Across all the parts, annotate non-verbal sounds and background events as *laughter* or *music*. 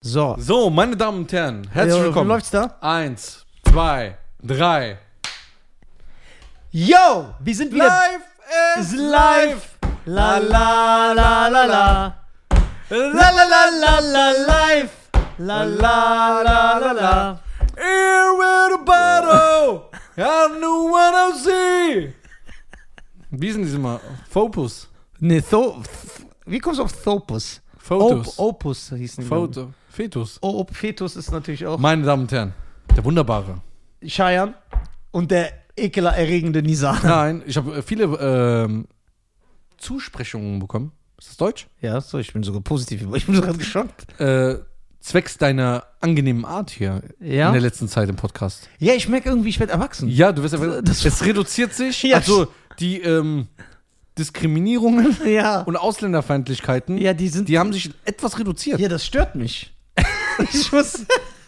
So. So, meine Damen und Herren, herzlich Ja, willkommen. Wie läuft's da? Eins, zwei, drei. Yo! Wir sind wieder. Life is life. La la la la la. La la la la la life. La la la la la. Here with a bottle. I knew what I see. Wie sind diese mal? Fopus. Ne, Tho. Th- Wie kommst du auf Thopus? Fotos. Op Opus hießen die. Foto. Foto. Fetus. Oh, Op Fetus ist natürlich auch. Meine Damen und Herren, der Wunderbare. Cheyenne und der ekelerregende Nisa. Nein, ich habe äh, viele ähm, Zusprechungen bekommen. Ist das Deutsch? Ja, so, ich bin sogar positiv. Ich bin sogar geschockt. Äh, zwecks deiner angenehmen Art hier Ja? in der letzten Zeit im Podcast. Ja, ich merke irgendwie, ich werde erwachsen. Ja, du wirst einfach. Das- es reduziert sich. Ja, also die ähm, Diskriminierungen Ja. und Ausländerfeindlichkeiten, Ja, die sind. die haben sich etwas reduziert. Ja, das stört mich. *laughs* ich muss.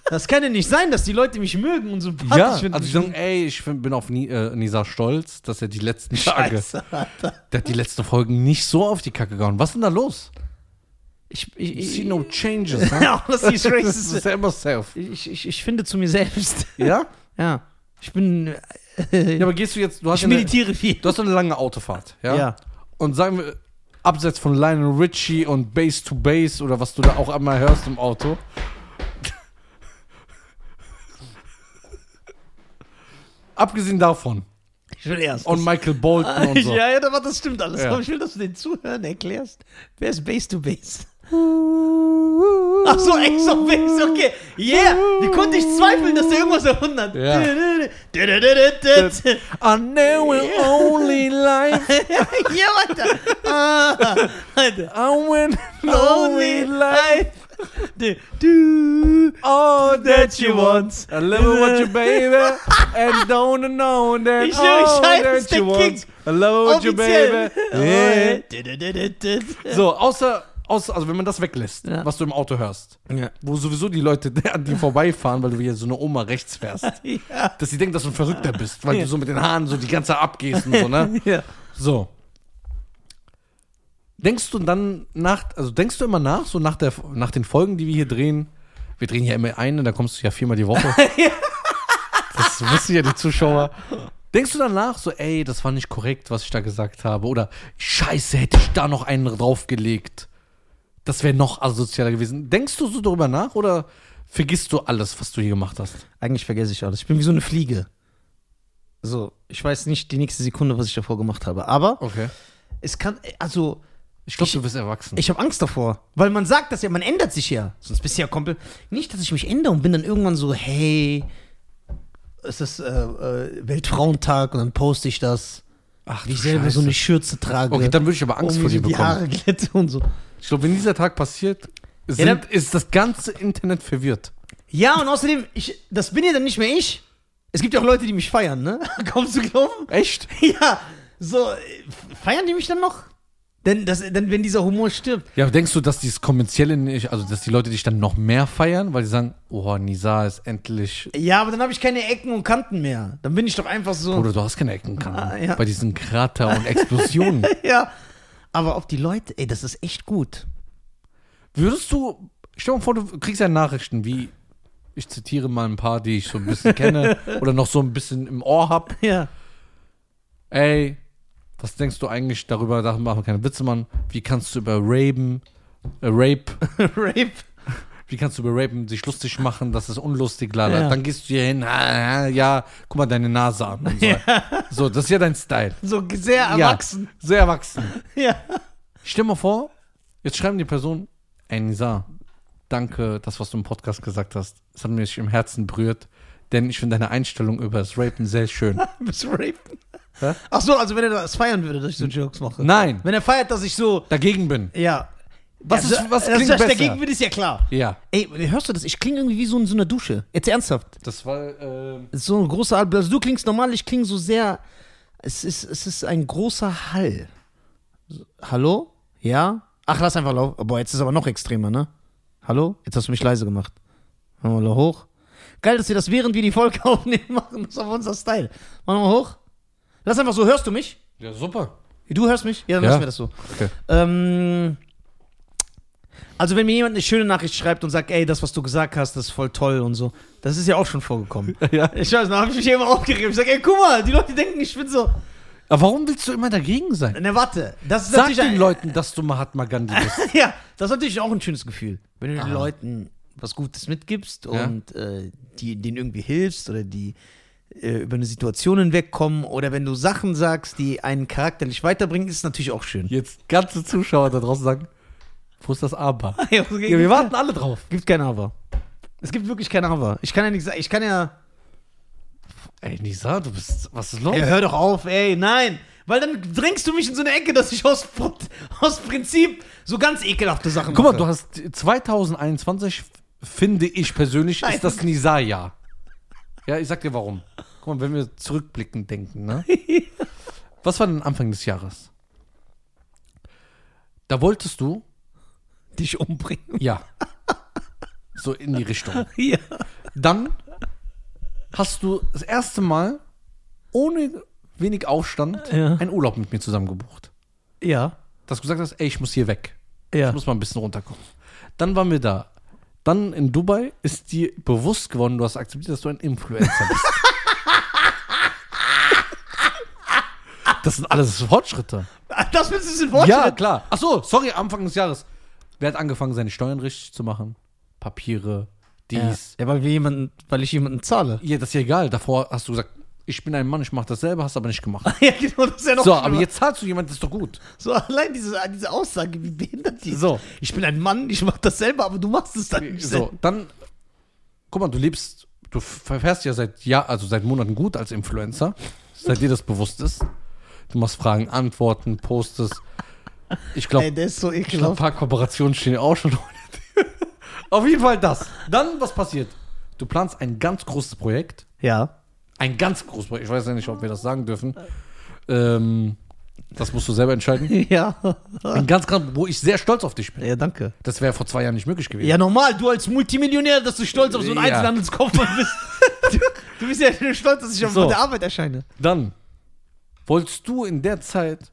Das kann ja nicht sein, dass die Leute mich mögen und sympathisch Ja, finden. also ich sagen, ey, ich find- bin auf Ni äh, Nisa stolz, dass er die letzten Tage, Scheiße, Alter. der hat die letzten Folgen nicht so auf die Kacke gehauen. Was ist denn da los? Ich, ich, Ich ich, see no changes. *laughs* ne? Ja, das ist das ist racist. selber self. Ich, ich, ich finde zu mir selbst. *laughs* Ja? Ja. Ich bin. äh, Ja, aber gehst du jetzt, du hast, ich ja eine, meditiere viel. du hast so eine lange Autofahrt, ja? Ja. Und sagen wir, abseits von Lionel Richie und Bass to Bass oder was du da auch einmal hörst im Auto, *laughs* abgesehen davon Ich will erst. und Michael *laughs* Bolton und so. Ja, ja, aber das stimmt alles. Ja. Aber ich will, dass du den Zuhörern erklärst. Wer ist Base to *laughs* Base? Ach so, Ace of Base, okay. Yeah, wie konnte ich zweifeln, dass der irgendwas erfunden hat? Ja. Ja. I know we're only life, *laughs* Ja, Alter. Ah, Alter. I'm when *laughs* Only only life, life. Du, du. all that you want. wants. I love you, what you baby, and don't know that Ich schwöre, all Scheiße, that ist der you King. want. I love what you Offiziell. baby, *laughs* Du, yeah. du, du, du, du. So, außer, außer, also wenn man das weglässt, Ja. was du im Auto hörst, Ja. wo sowieso die Leute *laughs* an dir vorbeifahren, weil du hier so eine Oma rechts *laughs* fährst, Ja. dass sie denken, dass du ein Verrückter bist, weil Ja. du so mit den Haaren so die ganze Zeit abgehst und so, ne? *laughs* Ja. So. Denkst du dann nach, also denkst du immer nach, so nach, der, nach den Folgen, die wir hier drehen? Wir drehen ja immer eine, da kommst du ja viermal *laughs* die Woche. das wissen ja die Zuschauer. Denkst du danach so, ey, das war nicht korrekt, was ich da gesagt habe? Oder Scheiße, hätte ich da noch einen draufgelegt? Das wäre noch asozialer gewesen. Denkst du so darüber nach oder vergisst du alles, was du hier gemacht hast? Eigentlich vergesse ich alles. Ich bin wie so eine Fliege. So, ich weiß nicht die nächste Sekunde, was ich davor gemacht habe. Aber Okay. es kann, also, Ich glaube, du bist erwachsen. ich habe Angst davor. Weil man sagt das ja, man ändert sich ja. Sonst bist du ja komplett. Nicht, dass ich mich ändere und bin dann irgendwann so, hey, es ist äh, äh, Weltfrauentag und dann poste ich das. Ach, Wie du ich selber so eine Schürze trage. Okay, dann würde ich aber Angst irgendwie vor dir so die bekommen. Haare glätte und so. Ich glaube, wenn dieser Tag passiert, sind, dann- ist das ganze Internet verwirrt. Ja, und außerdem, ich, das bin ja dann nicht mehr ich. Es gibt ja auch Leute, die mich feiern, ne? *laughs* Kommst du glauben? Echt? *laughs* Ja, so, äh, feiern die mich dann noch? Denn, das, denn wenn dieser Humor stirbt. Ja, aber denkst du, dass dieses kommerzielle nicht, also dass die Leute dich dann noch mehr feiern, weil sie sagen, oh, Nisa ist endlich. Ja, aber dann habe ich keine Ecken und Kanten mehr. Dann bin ich doch einfach so. Oder du hast keine Eckenkanten. Ah, ja. Bei diesen Krater *laughs* und Explosionen. Ja. Aber ob die Leute, ey, das ist echt gut. Würdest du, stell dir mal vor, du kriegst ja Nachrichten wie, ich zitiere mal ein paar, die ich so ein bisschen kenne *laughs* oder noch so ein bisschen im Ohr hab. Ja. *laughs* Ey, was denkst du eigentlich darüber? Da machen wir keine Witze, Mann. Wie kannst du über Raben, äh, Rape Rape. wie kannst du über Rapen sich lustig machen, das ist unlustig, lala. Ja. Dann gehst du hier hin, ah, ah, ja, guck mal deine Nase an. Und so. so, das ist ja dein Style. So sehr erwachsen. Ja, sehr erwachsen. Ja. Stell mal vor, jetzt schreiben die Personen, ey Nisa, danke, das, was du im Podcast gesagt hast, das hat mich im Herzen berührt, denn ich finde deine Einstellung über das Rapen *laughs* sehr schön. *laughs* Bis Hm. Rape. Hä? Ach so, also wenn er das feiern würde, dass ich so Jokes mache. Nein, Wenn er feiert, dass ich so, dagegen bin. ja. Was ja, ist- so- was dass klingt ich besser? dagegen bin, ist ja klar. Ja, Ey, hörst du das? Ich klinge irgendwie wie so in so einer Dusche. Jetzt ernsthaft. das war, ähm, Es ist so ein großer Hall. Also du klingst normal, ich klinge so sehr. Es ist, es ist ein großer Hall. So, Hallo? Ja? Ach, lass einfach laufen. Boah, jetzt ist aber noch extremer, ne? Hallo? Jetzt hast du mich leise gemacht. Machen wir mal hoch. Geil, dass wir das während wir die Folge *laughs* aufnehmen machen. Das ist aber unser Style. Machen wir mal hoch. Lass einfach so. Hörst du mich? ja, super. Du hörst mich? Ja, dann Ja. lassen wir das so. Okay. Ähm, Also wenn mir jemand eine schöne Nachricht schreibt und sagt, ey, das, was du gesagt hast, das ist voll toll und so, das ist ja auch schon vorgekommen. *laughs* Ja. Ich weiß, da habe ich mich immer aufgeregt. Ich sage, ey, guck mal, die Leute denken, ich bin so. Aber warum willst du immer dagegen sein? Ne, warte, das ist Sag natürlich den ein- Leuten, dass du Mahatma *laughs* Gandhi bist. Ja, das ist natürlich auch ein schönes Gefühl, wenn du den Aha. Leuten was Gutes mitgibst Ah. Ja. und äh, die, denen irgendwie hilfst oder die äh, über eine Situation hinwegkommen oder wenn du Sachen sagst, die einen charakterlich weiterbringen, ist natürlich auch schön. Jetzt ganze Zuschauer da draußen sagen, wo ist das Aber? *laughs* Ja, Ja, wir warten alle drauf. Gibt kein Aber. Es gibt wirklich kein Aber. Ich kann ja nichts sagen. Ich kann ja. Ey, Nisa, du bist, was ist los? Ey, hör doch auf, ey, nein. Weil dann drängst du mich in so eine Ecke, dass ich aus, aus Prinzip so ganz ekelhafte Sachen Guck mal, mache. du hast 2021, finde ich persönlich, Nein. ist das Nisa-Jahr. Ja, ich sag dir warum. Guck mal, wenn wir zurückblickend *laughs* denken, ne? Was war denn Anfang des Jahres? Da wolltest du, dich umbringen. ja, so in die Richtung. *laughs* Ja. Dann hast du das erste Mal ohne wenig Aufstand Ja. einen Urlaub mit mir zusammen gebucht. Ja. Dass du gesagt hast, ey, ich muss hier weg. Ja. Ich muss mal ein bisschen runterkommen. Dann waren wir da. Dann in Dubai ist dir bewusst geworden, du hast akzeptiert, dass du ein Influencer bist. *laughs* das sind alles Fortschritte. Ah, Das willst du jetzt in Worte Ja, retten? klar. Ach so, sorry, Anfang des Jahres. Wer hat angefangen, seine Steuern richtig zu machen? Papiere, Ja. dies. ja, weil wir jemanden, weil ich jemanden zahle. Ja. das ist ja egal. Davor hast du gesagt, ich bin ein Mann, ich mache das selber, hast aber nicht gemacht. *laughs* *laughs* ja, genau, das ist ja noch So, schlimmer. aber jetzt zahlst du jemand, das ist doch gut. so allein diese, diese Aussage, wie behindert die. ist. So. Ich bin ein Mann, ich mach das selber, aber du machst es dann nicht. So, selber. dann, guck mal, du lebst, du verfährst ja seit Jahr, also seit Monaten gut als Influencer, seit dir das bewusst ist. Du machst Fragen, Antworten, postest. Ich Ey, glaube, der ist so ich glaub, ein ekelhaft. paar Kooperationen stehen auch schon. vor der Tür. Auf jeden Fall das. Dann, was passiert? Du planst ein ganz großes Projekt. Ja. Ein ganz großes Projekt. Ich weiß ja nicht, ob wir das sagen dürfen. Ähm, das musst du selber entscheiden. Ja. Ein ganz, ganz, wo ich sehr stolz auf dich bin. Ja, danke. Das wäre vor zwei Jahren nicht möglich gewesen. Ja, normal, du als Multimillionär, dass du stolz auf so einen Ja. Einzelhandelskaufmann bist. Du, *laughs* du bist ja nur stolz, dass ich auf So. der Arbeit erscheine. Dann wolltest du in der Zeit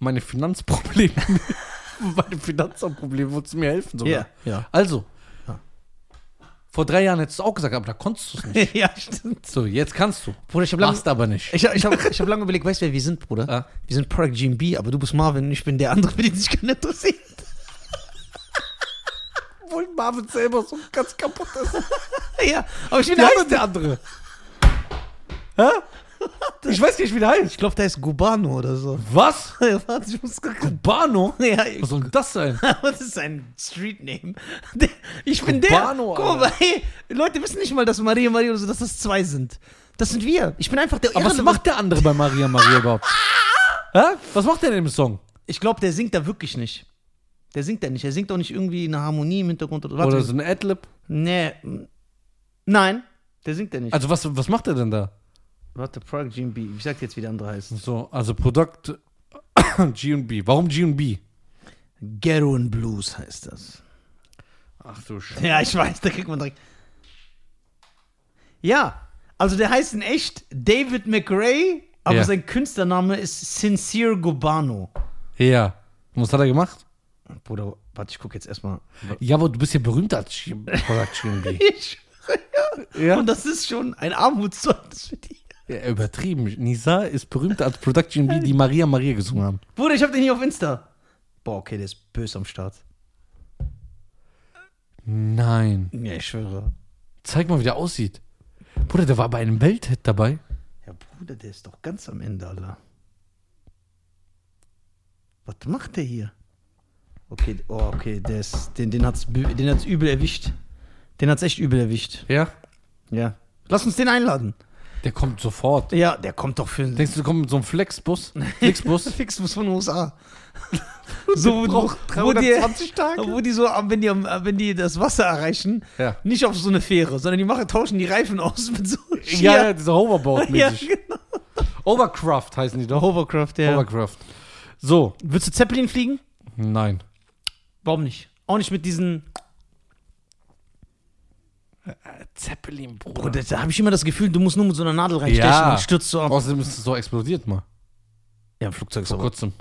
meine Finanzprobleme, *laughs* meine Finanzprobleme, wolltest du mir helfen sogar. Ja, ja. Also, vor drei Jahren hättest du auch gesagt, aber da konntest du es *laughs* nicht. ja, stimmt. So, jetzt kannst du. Bruder, ich habe lange, Ah. Machst aber nicht. ich hab, ich hab, ich hab lange überlegt, weißt du, wer wir sind, Bruder? Ja. Wir sind Product GMB, aber du bist Marvin und ich bin der andere, für den sich keiner interessiert. *laughs* Obwohl Marvin selber so ganz kaputt ist. *laughs* ja, aber ich bin Wie der heißt andere. der andere? *laughs* Hä? Ich weiß nicht, wie der heißt. Ich glaube, der ist Gubano oder so. *laughs* Was? Ja, Warte, ich muss gucken. Cubano? Ja, genau, Was soll denn das sein? das ist ein Streetname. *laughs* Der- Ich bin Cubano, der. Guck mal, hey, Leute wissen nicht mal, dass Maria Maria oder so, dass das zwei sind. Das sind wir. Ich bin einfach der Aber was irrelevante- macht der andere bei Maria Maria *laughs* überhaupt? Hä? Was macht der denn im Song? Ich glaube, der singt da wirklich nicht. Der singt da nicht. Er singt auch nicht irgendwie eine Harmonie im Hintergrund oder, Oder Warte. so ein Adlib? Nee. m- Nein, der singt da nicht. Also was, was macht er denn da? Warte, Product GMB. Ich sag dir jetzt, wie der andere heißt. So, also Produkt *coughs* G&B. Warum G&B? Ghetto and Blues heißt das. *laughs* Ach du Scheiße. Ja, ich weiß, da kriegt man direkt. Ja, also der heißt in echt David McRae, aber Ja. sein Künstlername ist Sincere Gubano. Ja. Und was hat er gemacht? Bruder, warte, ich guck jetzt erstmal. *laughs* Ja, aber du bist ja berühmter als G- Produkt G&B. Ich, ja. Und das ist schon ein Armutszeugnis für die. *laughs* ja, übertrieben. Nisa ist berühmter als Produkt G&B, die Maria Maria gesungen haben. Bruder, ich hab den hier auf Insta. Boah, okay, der ist böse am Start. Nein. Ja, ich schwöre. Zeig mal, wie der aussieht. Bruder, der war bei einem Welthit dabei. Ja, Bruder, der ist doch ganz am Ende, Alter. Was macht der hier? Okay, oh, okay, der ist, den, den, hat's, bü- den hat's übel erwischt. Den hat's echt übel erwischt. Ja. Ja. Lass uns den einladen. Der kommt sofort. Ja, der kommt doch für einen Denkst du, der kommt mit so einem *laughs* Flexbus? Flexbus? Fixbus von den *laughs* USA. so, wo, braucht wo, die, 320 Tage. wo die so, am- wenn die, am- wenn die das Wasser erreichen, Ja. nicht auf so eine Fähre, sondern die machen, tauschen die Reifen aus mit so ja, ja, dieser Hoverboard ja, mäßig. genau. Overcraft heißen die doch. Hovercraft, ja. Overcraft. So. Würdest du Zeppelin fliegen? Nein. Warum nicht? Auch nicht mit diesen. Zeppelin, Bro, da, da habe ich immer das Gefühl, du musst nur mit so einer Nadel reinstechen Ja. und stürzt so ab. Außerdem ist es so explodiert mal. Ja, ein Flugzeug ist Vor kurzem.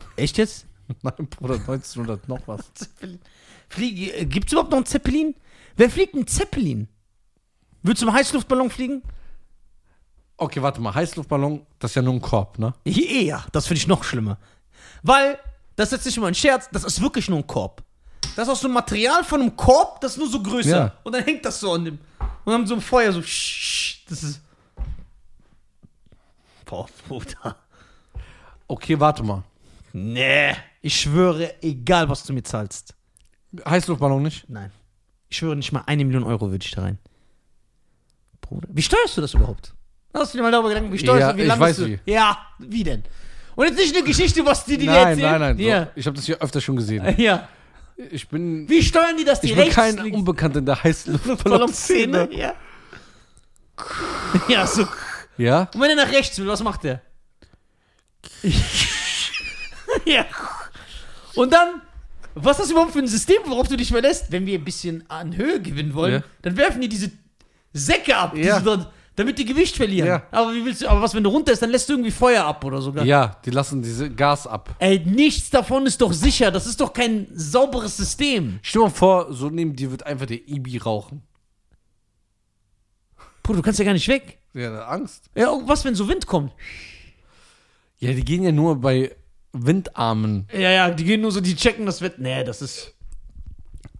Oh Echt jetzt? *laughs* Nein, Bruder, 1900 noch was. Zeppelin. Flieg, äh, gibt's überhaupt noch einen Zeppelin? Wer fliegt einen Zeppelin? Würdest du einen Heißluftballon fliegen? Okay, warte mal. Heißluftballon, das ist ja nur ein Korb, ne? Je eher. Das finde ich noch schlimmer. Weil, das ist jetzt nicht mal ein Scherz, das ist wirklich nur ein Korb. Das ist aus so einem Material von einem Korb, das ist nur so größer. Ja. Und dann hängt das so an dem. Und dann so ein Feuer so. shhh, Das ist. Boah, Bruder. Okay, warte mal. Nee. Ich schwöre, egal was du mir zahlst. Heißluftballon nicht? Nein. Ich schwöre nicht mal eine Million Euro würde ich da rein. Bruder. Wie steuerst du das überhaupt? Hast du dir mal darüber Gedanken, wie steuerst Ja, du, wie ich landest weiß du? wie. Ja, wie denn? Und jetzt nicht eine Geschichte, was die dir Nein, erzählen. nein, nein. Ja. Ich habe das hier öfter schon gesehen. ja. Ich bin, Wie steuern die das die ich bin rechts? kein links- Unbekannter in der Ballonszene? Heißluftballonszene. Ja. ja, so. Ja? Und wenn er nach rechts will, was macht *laughs* er? ja. Und dann, was ist das überhaupt für ein System, worauf du dich verlässt? Wenn wir ein bisschen an Höhe gewinnen wollen, Ja. dann werfen die diese Säcke ab, Ja. diese dort, damit die Gewicht verlieren. Ja. Aber, wie willst du, aber was, wenn du runter ist, dann lässt du irgendwie Feuer ab oder sogar. Ja, die lassen diese Gas ab. Ey, nichts davon ist doch sicher. Das ist doch kein sauberes System. Stell dir mal vor, so neben dir wird einfach der Ibi rauchen. Bruder, du kannst ja gar nicht weg. Ja, der hat Angst. Ja, und was, wenn so Wind kommt? Ja, die gehen ja nur bei Windarmen. Ja, ja, die gehen nur so, die checken das Wetter. Nee, das ist.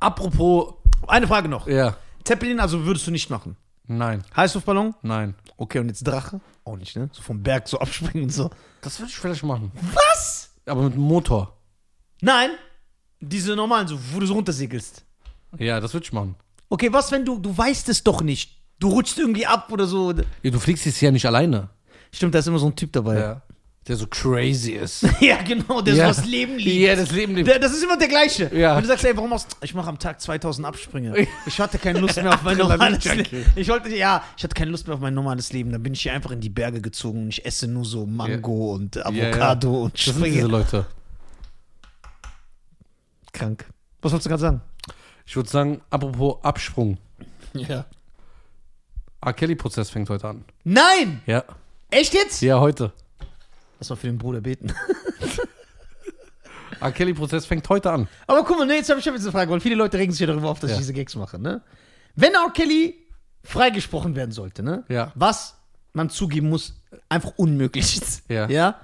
Apropos, Eine Frage noch. ja. Zeppelin, also würdest du nicht machen. Nein, Heißluftballon? nein. Okay, und jetzt Drache? Auch nicht, ne? So vom Berg so *laughs* abspringen und so. Das würde ich vielleicht machen. Was? Aber mit dem Motor. Nein. Diese normalen, so, wo du so runtersegelst. Ja, das würde ich machen. Okay, was, wenn du, du weißt es doch nicht. Du rutschst irgendwie ab oder so. Ja, du fliegst jetzt ja nicht alleine. Stimmt, da ist immer so ein Typ dabei. Ja. Der so crazy ist. *laughs* Ja, genau, der *laughs* Ja. so das Leben liebt. ja, das Leben lebt. Der, das ist immer der gleiche. Ja. Wenn du sagst, ey, warum machst Ich mache am Tag 2000 Absprünge. Ja. Genau, Ich hatte keine Lust mehr auf *laughs* mein normales Adrenalin-Junkie. Leben. Ich wollte, ja, ich hatte keine Lust mehr auf mein normales Leben. Dann bin ich hier einfach in die Berge gezogen und ich esse nur so Mango und ja. Avocado und Das sind diese springe. Leute. Krank. Was wolltest du gerade sagen? Ich würde sagen, apropos Absprung. Ja. R. Kelly-Prozess fängt heute an. Nein! Ja. Echt jetzt? Ja, heute. Lass mal für den Bruder beten. R. Kelly-Prozess fängt heute an. Aber guck mal, nee, jetzt habe ich hab jetzt eine Frage, weil viele Leute regen sich ja darüber auf, dass Ja. ich diese Gags mache, ne? Wenn R. Kelly freigesprochen werden sollte, ne? Ja. Was man zugeben muss, einfach unmöglich ist. Ja. ja?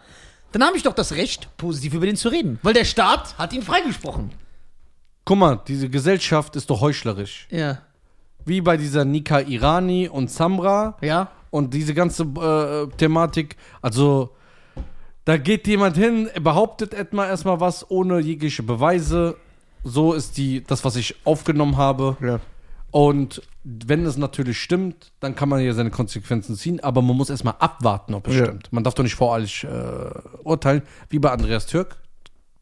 Dann habe ich doch das Recht, positiv über den zu reden. Weil der Staat hat ihn freigesprochen. Guck mal, diese Gesellschaft ist doch heuchlerisch. Ja. Wie bei dieser Nika Irani und Samra Ja? und diese ganze äh, Thematik. Also, da geht jemand hin, behauptet etwa erstmal was ohne jegliche Beweise. So ist die, das, was ich aufgenommen habe. Ja. Und wenn es natürlich stimmt, dann kann man ja seine Konsequenzen ziehen, aber man muss erstmal abwarten, ob es Ja. stimmt. Man darf doch nicht voreilig äh, urteilen, wie bei Andreas Türk,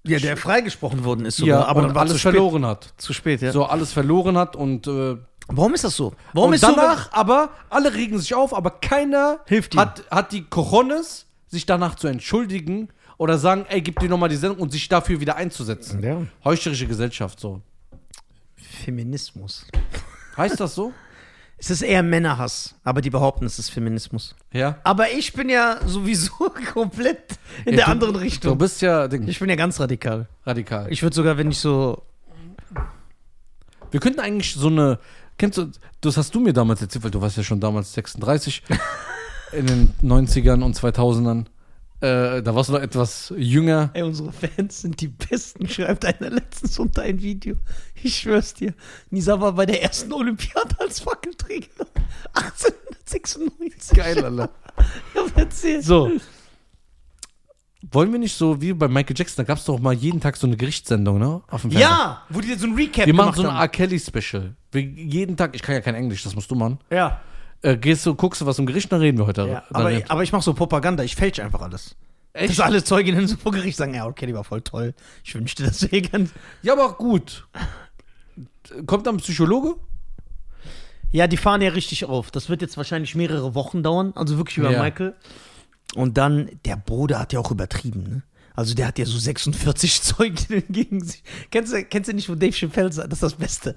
Ja, der freigesprochen worden ist ja, sogar, aber und dann war alles zu spät. verloren hat. Zu spät, ja. So alles verloren hat und, äh, Warum ist das so? Warum und ist so- danach, aber alle regen sich auf, aber keiner Hilft ihm. hat, hat die Cojones, sich danach zu entschuldigen oder sagen, ey, gib dir nochmal die Sendung und sich dafür wieder einzusetzen. Ja. Heuchlerische Gesellschaft, so. Feminismus. Heißt das so? Es ist eher Männerhass, aber die behaupten, es ist Feminismus. Ja. Aber ich bin ja sowieso *laughs* komplett *laughs* in Ja, der du- anderen Du Richtung. bist ja Ding, ich bin ja ganz radikal. radikal. Ich würde sogar, wenn ich so. Wir könnten eigentlich so eine. Kennst du, das hast du mir damals erzählt, weil du warst ja schon *laughs* damals 36 in den 90ern und 2000ern. Äh, da warst du noch etwas jünger. Ey, unsere Fans sind die besten, schreibt einer letztens unter ein Video. Ich schwör's dir. Nisa war bei der ersten Olympiade als Fackelträger. 1896. Geil, Alter. Ich hab erzählt. So. Wollen wir nicht so wie bei Michael Jackson, da gab es doch mal jeden Tag so eine Gerichtssendung, ne? Auf dem Fernseher. Ja, wo die so ein Recap Wir machen gemacht so ein haben. R. Kelly-Special. Wir jeden Tag, ich kann ja kein Englisch, das musst du machen. Ja, Äh, gehst du, guckst du was im Gericht, dann reden wir heute. ja. Dann Aber, reden- aber ich mache so Propaganda. Ich fälsch einfach alles. Echt? Dass alle Zeuginnen so vor Gericht sagen: Ja, okay, die war voll toll. Ich wünschte, das wäre ganz. ja, aber gut. Kommt dann ein Psychologe? Ja, die fahren ja richtig auf. Das wird jetzt wahrscheinlich mehrere Wochen dauern, also wirklich über Ja. Michael. Und dann, der Bruder hat ja auch übertrieben, ne? Also der hat ja so *laughs* 46 Zeuginnen gegen sich. Kennst du, kennst du nicht, wo Dave Chappelle sagt, das ist das Beste.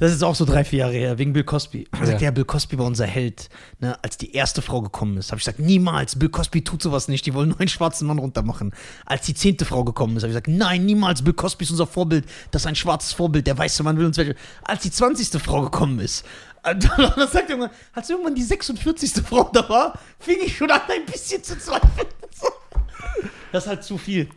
Das ist auch so drei, vier Jahre her, wegen Bill Cosby. Er sagt, Ja. ja, Bill Cosby war unser Held, ne, als die erste Frau gekommen ist. Habe ich gesagt, niemals, Bill Cosby tut sowas nicht, die wollen nur einen schwarzen Mann runtermachen. Als die zehnte Frau gekommen ist, habe ich gesagt, nein, niemals, Bill Cosby ist unser Vorbild, das ist ein schwarzes Vorbild, der weiße Mann will uns welche. Als die zwanzigste Frau gekommen ist, äh, *laughs* dann sagt irgendwann, als irgendwann die 46. Frau da war, fing ich schon an, ein bisschen zu zweifeln. Das ist halt zu viel.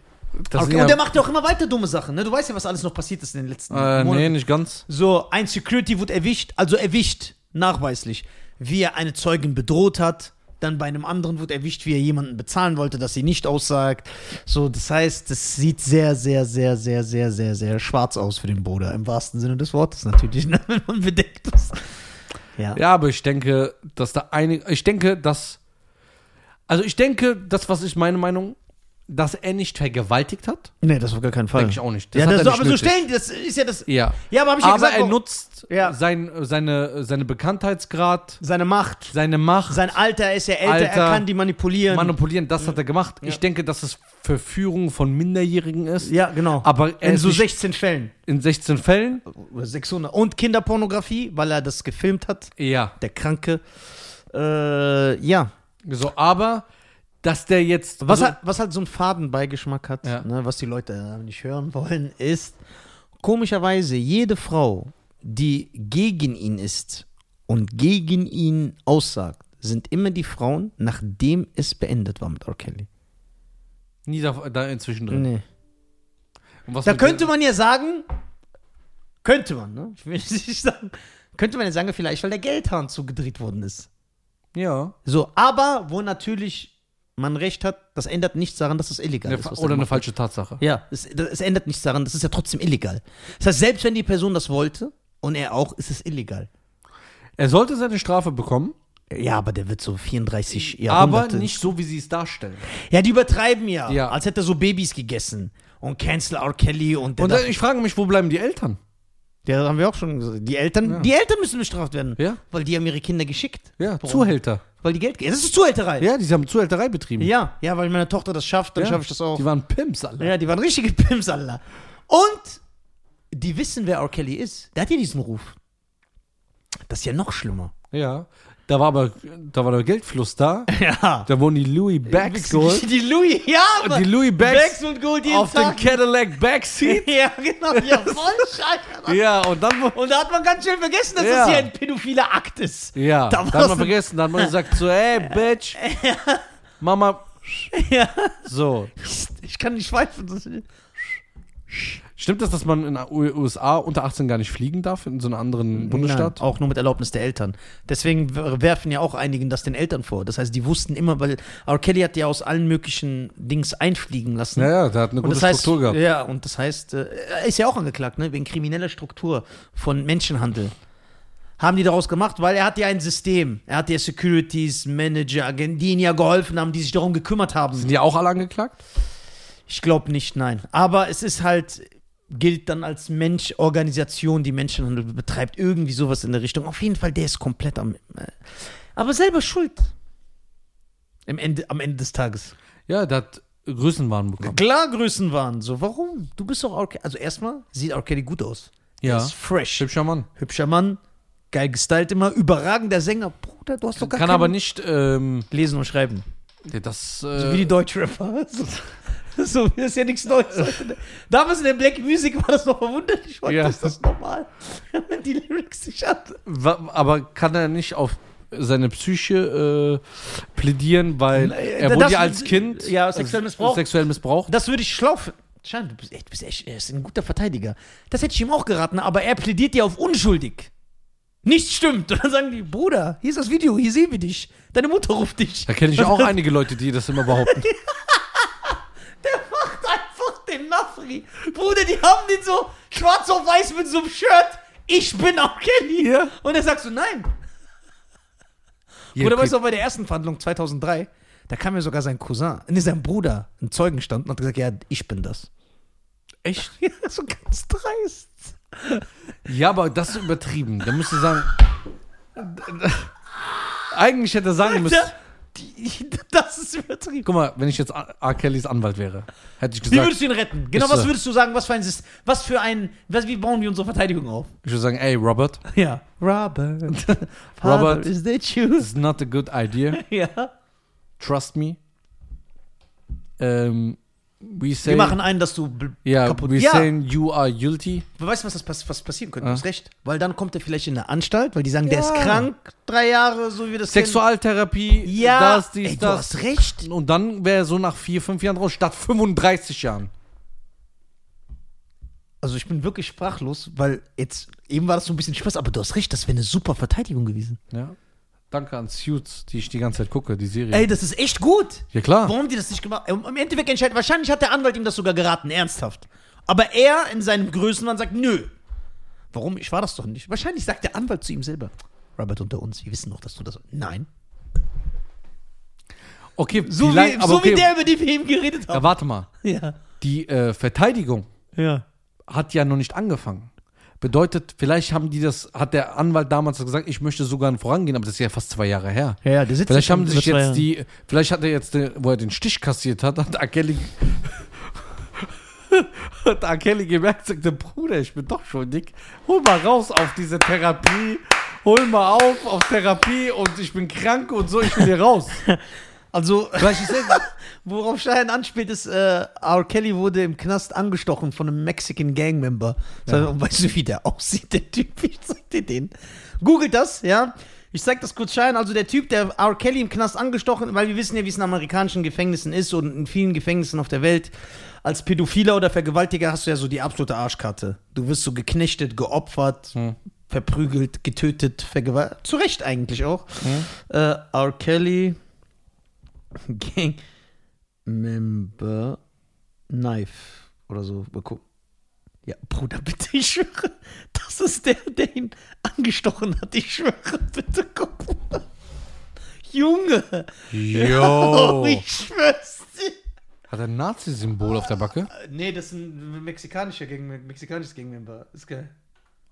Das Okay, sind Und ja- der macht ja auch immer weiter dumme Sachen. Ne? Du weißt ja, was alles noch passiert ist in den letzten Äh, Monaten. nee, nicht ganz. So, ein Security wurde erwischt, also erwischt, nachweislich, wie er eine Zeugin bedroht hat. Dann bei einem anderen wurde erwischt, wie er jemanden bezahlen wollte, dass sie nicht aussagt. So, das heißt, es sieht sehr, sehr, sehr, sehr, sehr, sehr, sehr schwarz aus für den Bruder. Im wahrsten Sinne des Wortes natürlich, ne? wenn man bedeckt ist. Ja. Ja, aber ich denke, dass da einige. Ich denke, dass. Also ich denke, das, was ist meine Meinung, dass er nicht vergewaltigt hat. Nee, das auf gar keinen Fall. Denk ich auch nicht. Das ja, hat das er so, nicht aber so nötig. stellen, die- das ist ja das. Ja. Ja, aber habe ich ja aber gesagt, oh, er warum- nutzt Ja. sein, seine, seine Bekanntheitsgrad, seine Macht, seine Macht, sein Alter er ist ja älter, Alter, er kann die manipulieren. manipulieren, das hat er gemacht. Ich denke, dass es Verführung von Minderjährigen ist. ja, genau. Aber er in ist so nicht- 16 Fällen. In 16 Fällen? Oder 600. Und Kinderpornografie, weil er das gefilmt hat, Ja. der Kranke. Äh, ja. So, aber dass der jetzt. Was, also, halt, was halt so einen Fadenbeigeschmack hat, Ja. ne, was die Leute äh, nicht hören wollen, ist, komischerweise, jede Frau, die gegen ihn ist und gegen ihn aussagt, sind immer die Frauen, nachdem es beendet war mit R. Kelly. nie da, da inzwischen drin. Nee. Und was Da mit könnte der- man ja sagen, könnte man, *laughs* ne? Ich will nicht sagen, könnte man ja sagen, vielleicht, weil der Geldhahn zugedreht worden ist. Ja. So, aber wo natürlich man recht hat, das ändert nichts daran, dass es illegal Eine, ist. fa- was oder der eine gemacht hat. falsche Tatsache. Ja, es, das, es ändert nichts daran, das ist ja trotzdem illegal. Das heißt, selbst wenn die Person das wollte und er auch, ist es illegal. Er sollte seine Strafe bekommen, Ja, aber der wird so 34 Jahre. aber nicht so, wie sie es darstellen. Ja, die übertreiben ja. Ja. Als hätte er so Babys gegessen. Und Cancel R. Kelly und der. Und da- dann, ich frage mich, wo bleiben die Eltern? der haben wir auch schon gesagt. Die Eltern, die Eltern müssen bestraft werden. Ja. Weil die haben ihre Kinder geschickt. Ja, Warum? Zuhälter. Weil die Geld. Das ist Zuhälterei. Ja, die haben Zuhälterei betrieben. ja, ja, weil meine Tochter das schafft, dann Ja. schaffe ich das auch. Die waren Pimps, alle. Ja, die waren richtige *laughs* Pimps, Allah. Und die wissen, wer R. Kelly ist. Der hat ja diesen Ruf. Das ist ja noch *laughs* schlimmer. Ja. Da war aber da war der Geldfluss da. Ja. Da wurden die Louis Bags geholt. Die Louis, ja, Mann. Die Louis Bags und Gold jeden auf den Tag. Cadillac *laughs* Backseat. *laughs* Ja, genau. Ja, voll scheiße. Ja, und dann wurde. Und da hat man ganz schön vergessen, dass Ja. das hier ein pädophiler Akt ist. Ja, Da da war's hat man ein- vergessen. Da hat man gesagt so, *laughs* ey, Bitch, Mama. Ja. So. Ich kann nicht pfeifen. Das- Stimmt das, dass man in den USA unter 18 gar nicht fliegen darf, in so einem anderen Bundesstaat? Nein, auch nur mit Erlaubnis der Eltern. Deswegen w- werfen ja auch einigen das den Eltern vor. Das heißt, die wussten immer, weil R. Kelly hat ja aus allen möglichen Dings einfliegen lassen. Ja, ja, der hat eine Und gute das heißt, Struktur gehabt. Ja, und das heißt, äh, er ist ja auch angeklagt, ne? wegen krimineller Struktur von Menschenhandel. Haben die daraus gemacht, weil er hat ja ein System. Er hat ja Securities, Manager, Agenten, die ihm ja geholfen haben, die sich darum gekümmert haben. Sind die auch alle angeklagt? Ich glaube nicht, nein. Aber es ist halt, gilt dann als Mensch, Organisation, die Menschenhandel betreibt, irgendwie sowas in der Richtung. Auf jeden Fall, der ist komplett am. Äh, aber selber schuld. Im Ende, am Ende des Tages. Ja, der hat Größenwahn bekommen. Klar, Größen waren. So, warum? Du bist doch R. Kelly. Also, erstmal sieht R. Kelly gut aus. Ja. Er ist fresh. Hübscher Mann. Hübscher Mann, geil gestylt immer, überragender Sänger. Bruder, du hast doch gar Kann keinen aber nicht, ähm, lesen und schreiben. das, Wie die äh, Deutschrapper. *laughs* So, so, das ist ja nichts Neues. heute. Damals in der Black Music war das noch verwunderlich. Heute Ja. ist das normal. *laughs* Wenn die Lyrics sich an. wa- aber kann er nicht auf seine Psyche äh, plädieren, weil Nein, er das- wurde ja als Kind ja, sexuell äh, missbraucht. sexuell missbraucht. Das würde ich schlau finden. Schein, du bist, echt, du bist echt, er ist ein guter Verteidiger. Das hätte ich ihm auch geraten, aber er plädiert ja auf unschuldig. Nichts stimmt. *laughs* Und dann sagen die, Bruder, hier ist das Video, hier sehen wir dich. Deine Mutter ruft dich. Da kenne ich auch einige Leute, die das immer *laughs* behaupten. Der *laughs* macht einfach den Nafri. Bruder, die haben den so schwarz auf weiß mit so einem Shirt. Ich bin auch Kelly. Ja. Und er sagt so, nein. Ihr Bruder, weißt kriegt- du, auch bei der ersten Verhandlung 2003, da kam ja sogar sein Cousin, nee, sein Bruder, ein Zeugenstand und hat gesagt, ja, ich bin das. echt? Ja, so ganz dreist. Ja, aber das ist übertrieben. Da müsste sagen. *laughs* Eigentlich hätte er sagen müssen. Da, die, *laughs* das das ist übertrieben. Guck mal, wenn ich jetzt A- R. Kellys Anwalt wäre, hätte ich Wie gesagt, würdest du ihn retten? Genau, Ist was so. würdest du sagen, was für ein System, was für ein, was, wie bauen wir unsere Verteidigung auf? *laughs* ich würde sagen, ey, Robert, Ja. Robert. *laughs* Robert. Is that you? this is not a good idea. Ja. Trust me. Ähm, we say, Wir machen einen, dass du bl- yeah, kaputt. we Ja. say you are guilty. Aber Weißt du, was, das pass was passieren könnte? Ah. Du hast recht. Weil dann kommt er vielleicht in eine Anstalt, weil die sagen, der ist Ja. krank, drei Jahre, so wie wir das Sexualtherapie, kennen. Ja. das, dies, Ey, du das. hast recht. Und dann wäre er so nach vier, fünf Jahren raus, statt 35 Jahren. Also ich bin wirklich sprachlos, weil jetzt, eben war das so ein bisschen Spaß, aber du hast recht, das wäre eine super Verteidigung gewesen. Ja. Danke an Suits, die ich die ganze Zeit gucke, die Serie. Ey, das ist echt gut. ja klar. Warum die das nicht gemacht Im im Endeffekt entscheidet, wahrscheinlich hat der Anwalt ihm das sogar geraten, ernsthaft. Aber er in seinem Größenwahn sagt, nö. Warum? Ich war das doch nicht. Wahrscheinlich sagt der Anwalt zu ihm selber. Robert unter uns, wir wissen doch, dass du das. Nein. Okay, So, wie, vielleicht- aber so okay, wie der, über den wir eben geredet Ja, haben. warte mal. Ja. Die äh, Verteidigung Ja. hat ja noch nicht angefangen. Bedeutet, vielleicht haben die das, hat der Anwalt damals gesagt, ich möchte sogar vorangehen, aber das ist ja fast zwei Jahre her. Ja, ja, der sitzt Vielleicht ja schon haben sich über zwei Jahre. jetzt die, vielleicht hat er jetzt, den, wo er den Stich kassiert hat, hat Akeli *laughs* hat Akeli gemerkt, sagte, Bruder, ich bin doch schuldig. Hol mal raus auf diese Therapie. Hol mal auf auf Therapie und ich bin krank und so, ich will hier raus. Also, Vielleicht ist er, *laughs* worauf Schein anspielt, ist, äh, R. Kelly wurde im Knast angestochen von einem Mexican Gangmember. Sag, Und weißt du, wie der *laughs* aussieht, der Typ? Ich zeig dir den. Googelt das, ja. Ich zeig das kurz Schein. Also, der Typ, der R. Kelly im Knast angestochen, weil wir wissen ja, wie es in amerikanischen Gefängnissen ist und in vielen Gefängnissen auf der Welt. Als Pädophiler oder Vergewaltiger hast du ja so die absolute Arschkarte. Du wirst so geknechtet, geopfert, verprügelt, getötet, vergewaltigt. Zu Recht eigentlich auch. Äh, R. Kelly. *laughs* Gang Member Knife oder so. Mal gucken. Ja, Bruder, bitte, ich schwöre, das ist der, der ihn angestochen hat. Ich schwöre, bitte guck mal. Junge! Yo. Oh, ich schwör's dir. Hat er ein Nazi-Symbol auf der Backe? Äh, Nee, das ist ein mexikanischer Gang, mexikanisches Gangmember. Ist geil.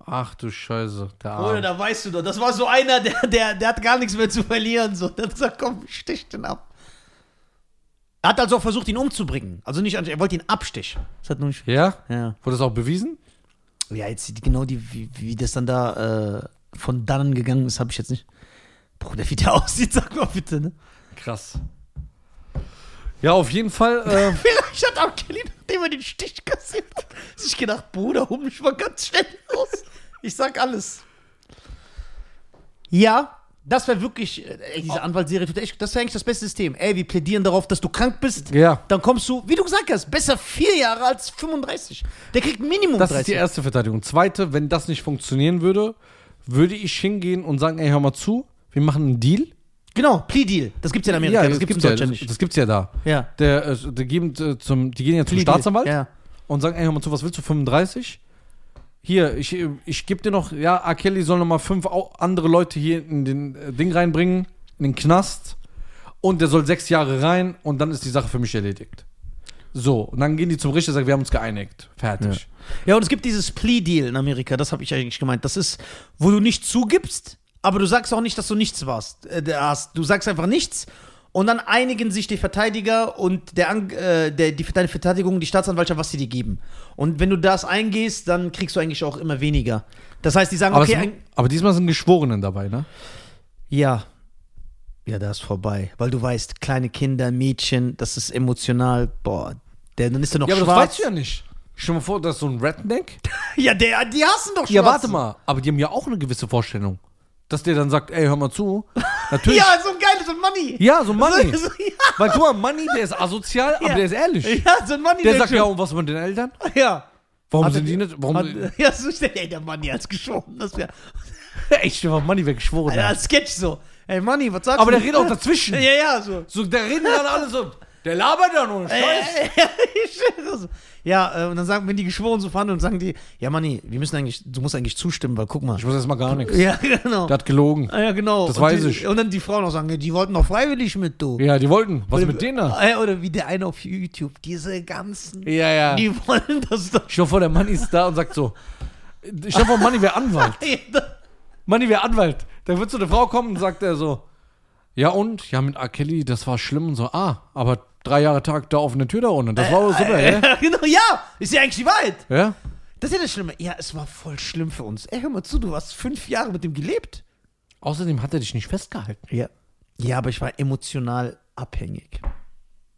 Ach du Scheiße, der Bruder, Arme. da weißt du doch, das war so einer, der, der, der hat gar nichts mehr zu verlieren. So. *laughs* Der hat gesagt, komm, stich den ab. Er hat also auch versucht, ihn umzubringen. Also nicht, er wollte ihn abstechen. Das hat nur nicht. Ja? Ja. Wurde das auch bewiesen? Ja, jetzt die- genau die, wie, wie das dann da äh, von dannen gegangen ist, habe ich jetzt nicht. Bruder, wie der *laughs* aussieht, sag mal bitte, ne? Krass. Ja, auf jeden Fall. Äh, *laughs* Vielleicht hat auch Kelly, nachdem er den Stich kassiert hat, sich gedacht, Bruder, hol mich mal ganz schnell los. Ich sag alles. Ja, das wäre wirklich, äh, ey, diese Anwaltsserie, tut echt- das wäre eigentlich das beste System. Ey, wir plädieren darauf, dass du krank bist. Ja. Dann kommst du, wie du gesagt hast, besser vier Jahre als 35. Der kriegt Minimum Das 30. ist die erste Verteidigung. Zweite, wenn das nicht funktionieren würde, würde ich hingehen und sagen, ey, hör mal zu, wir machen einen Deal. genau, Plea Deal. Das gibt's ja in Amerika, das, gibt's in ja, Deutschland das, nicht. das gibt's ja da. Ja. Der, äh, die, geben, äh, zum, die gehen ja zum Plea Deal. Staatsanwalt Ja. und sagen, ey, hör mal zu, was willst du, 35? Hier, ich, ich gebe dir noch, ja, R. Kelly soll nochmal fünf au- andere Leute hier in den äh, Ding reinbringen, in den Knast. Und der soll sechs Jahre rein und dann ist die Sache für mich erledigt. So, und dann gehen die zum Richter und sagen, wir haben uns geeinigt. Fertig. Ja, und es gibt dieses Plea-Deal in Amerika, das habe ich eigentlich gemeint. Das ist, wo du nicht zugibst, aber du sagst auch nicht, dass du nichts warst. Äh, da hast. Du sagst einfach nichts und dann einigen sich die Verteidiger und der, Ang- äh, der, die, deine Verteidigung, die Staatsanwaltschaft, was sie dir geben. Und wenn du das eingehst, dann kriegst du eigentlich auch immer weniger. Das heißt, die sagen, Aber, okay, es, ein, aber diesmal sind Geschworenen dabei, ne? ja. Ja, da ist vorbei. Weil du weißt, kleine Kinder, Mädchen, das ist emotional, boah. Der, dann ist er noch Ja, aber das schwarz. weißt du ja nicht. Stell dir mal vor, das ist so ein Redneck. ja, der, die hassen doch schwarz. Ja, warte mal, aber die haben ja auch eine gewisse Vorstellung. Dass der dann sagt, ey, hör mal zu. Natürlich. *laughs* ja. Ja, so ein geiles Money. so ein *laughs* Money. So, ja. Weil guck mal, Money, der ist asozial, aber Ja. der ist ehrlich. Ja, so ein Manni, Der sagt, ja, und was mit den Eltern? ja. Warum Hat sind er- die nicht, warum, *laughs* Hat, ja, so steht, ey, der Manni hat's geschoben. Das wäre ich hab Money weggeschworen. ja. ein Sketch so. Ey, Manni, was sagst Aber du? *laughs* der redet auch dazwischen. Ja, ja, so. So, der reden dann alle so, der labert ja nur, *laughs* scheiße. Äh, ich schwöre so. Ja, äh, und dann sagen, wenn die geschworen so verhandeln, sagen die, ja, Manni, wir müssen eigentlich, du musst eigentlich zustimmen, weil guck mal. Ich muss erstmal gar nichts. *laughs* Ja, genau. Der hat gelogen. Ah, ja, genau. Das und weiß die, ich. Und dann die Frauen auch sagen, ja, die wollten doch freiwillig mit, du. Ja, die wollten. Was mit denen da? Äh, Oder wie der eine auf YouTube, diese ganzen, Ja, ja. die wollen das doch. Stell dir vor, der Mann ist da und sagt so, ich stell *laughs* dir vor, Manni wäre Anwalt. Manni wäre Anwalt. Dann wird so eine Frau kommen und sagt er so, Ja, und? Ja, mit R. Kelly, das war schlimm und so. Ah, aber drei Jahre Tag da offene Tür da unten. Das war aber super, ja? genau, ja, ist ja eigentlich die Wahrheit. Ja? Das ist ja das Schlimme. Ja, es war voll schlimm für uns. Ey, hör mal zu, du hast fünf Jahre mit dem gelebt. Außerdem hat er dich nicht festgehalten. Ja. Ja, aber ich war emotional abhängig.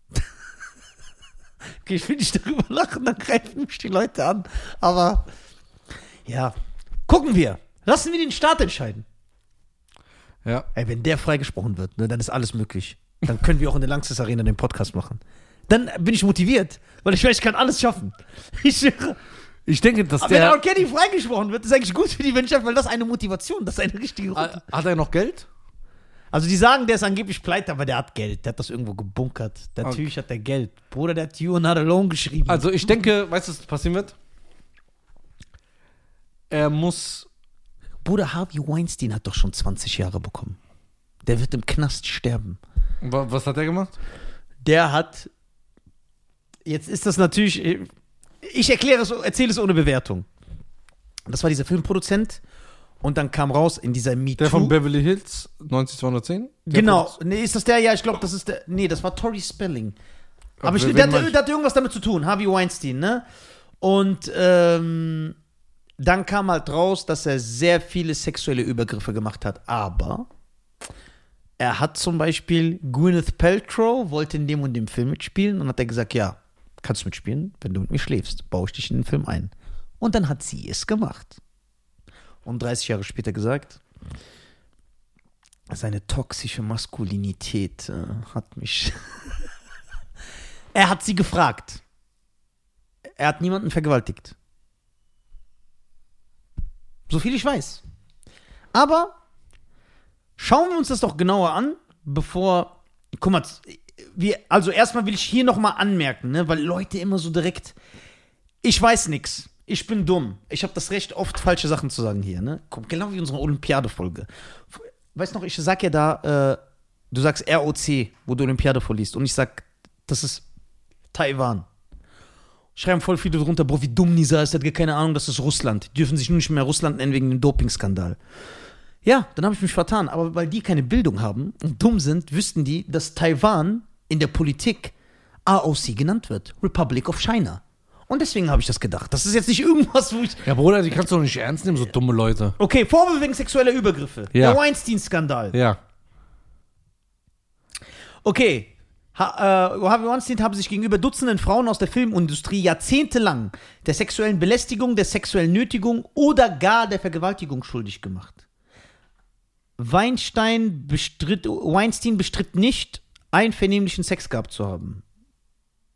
*laughs* okay, ich will nicht darüber lachen, dann greifen mich die Leute an. Aber ja, gucken wir. Lassen wir den Staat entscheiden. Ja. Ey, wenn der freigesprochen wird, ne, dann ist alles möglich. Dann können wir auch in der Langsys Arena den Podcast machen. Dann bin ich motiviert, weil ich weiß, ich kann alles schaffen. Ich schwöre. Ich denke, dass Aber wenn der. R. Kelly freigesprochen wird, ist eigentlich gut für die Menschheit, weil das eine Motivation, das ist eine richtige Runde. Ha- Äh, Hat er noch Geld? Also die sagen, der ist angeblich pleite, aber der hat Geld. Der hat das irgendwo gebunkert. Natürlich hat der Geld. Bruder, der hat You and Not Alone geschrieben. Also, ich denke, weißt du, was passieren wird? Er muss. Bruder, Harvey Weinstein hat doch schon 20 Jahre bekommen. Der wird im Knast sterben. Wa- Was hat er gemacht? Der hat... Jetzt ist das natürlich... Ich erkläre es, erzähle es ohne Bewertung. Das war dieser Filmproduzent. Und dann kam raus in dieser MeToo... Der von Beverly Hills 90210? Der Genau, Produz- nee, ist das der? Ja, ich glaube, das ist der. Nee, das war Tori Spelling. Aber, ich, wen der, meinst hat, du? der hat irgendwas damit zu tun, Harvey Weinstein, ne? Und ähm, dann kam halt raus, dass er sehr viele sexuelle Übergriffe gemacht hat. Aber er hat zum Beispiel Gwyneth Paltrow wollte in dem und dem Film mitspielen und hat er gesagt, ja, kannst du mitspielen, wenn du mit mir schläfst, baue ich dich in den Film ein. Und dann hat sie es gemacht. Und 30 Jahre später gesagt, seine toxische Maskulinität äh, hat mich. er hat sie gefragt. Er hat niemanden vergewaltigt. So viel ich weiß. Aber schauen wir uns das doch genauer an, bevor. Guck mal, wir, also erstmal will ich hier nochmal anmerken, ne, weil Leute immer so direkt. Ich weiß nichts. Ich bin dumm. Ich habe das Recht, oft falsche Sachen zu sagen hier. Ne? Guck, genau wie unsere Olympiade-Folge. Weißt noch, ich sag ja da, äh, du sagst ROC, wo du Olympiade vorliest. Und ich sag, das ist Taiwan. Schreiben voll viele drunter, boah, wie dumm Nisa ist, der hat gar keine Ahnung, das ist Russland. Die dürfen sich nun nicht mehr Russland nennen wegen dem Dopingskandal. Ja, dann habe ich mich vertan. Aber weil die keine Bildung haben und dumm sind, wüssten die, dass Taiwan in der Politik ROC genannt wird. Republic of China. Und deswegen habe ich das gedacht. Das ist jetzt nicht irgendwas, wo ich. Ja, Bruder, die kannst du doch nicht ernst nehmen, so dumme Leute. Okay, Vorwürfe wegen sexueller Übergriffe. Ja. Der Weinstein-Skandal. Ja. Okay. Ha, äh, Harvey Weinstein habe sich gegenüber Dutzenden Frauen aus der Filmindustrie jahrzehntelang der sexuellen Belästigung, der sexuellen Nötigung oder gar der Vergewaltigung schuldig gemacht. Weinstein bestritt, Weinstein bestritt nicht, einvernehmlichen Sex gehabt zu haben.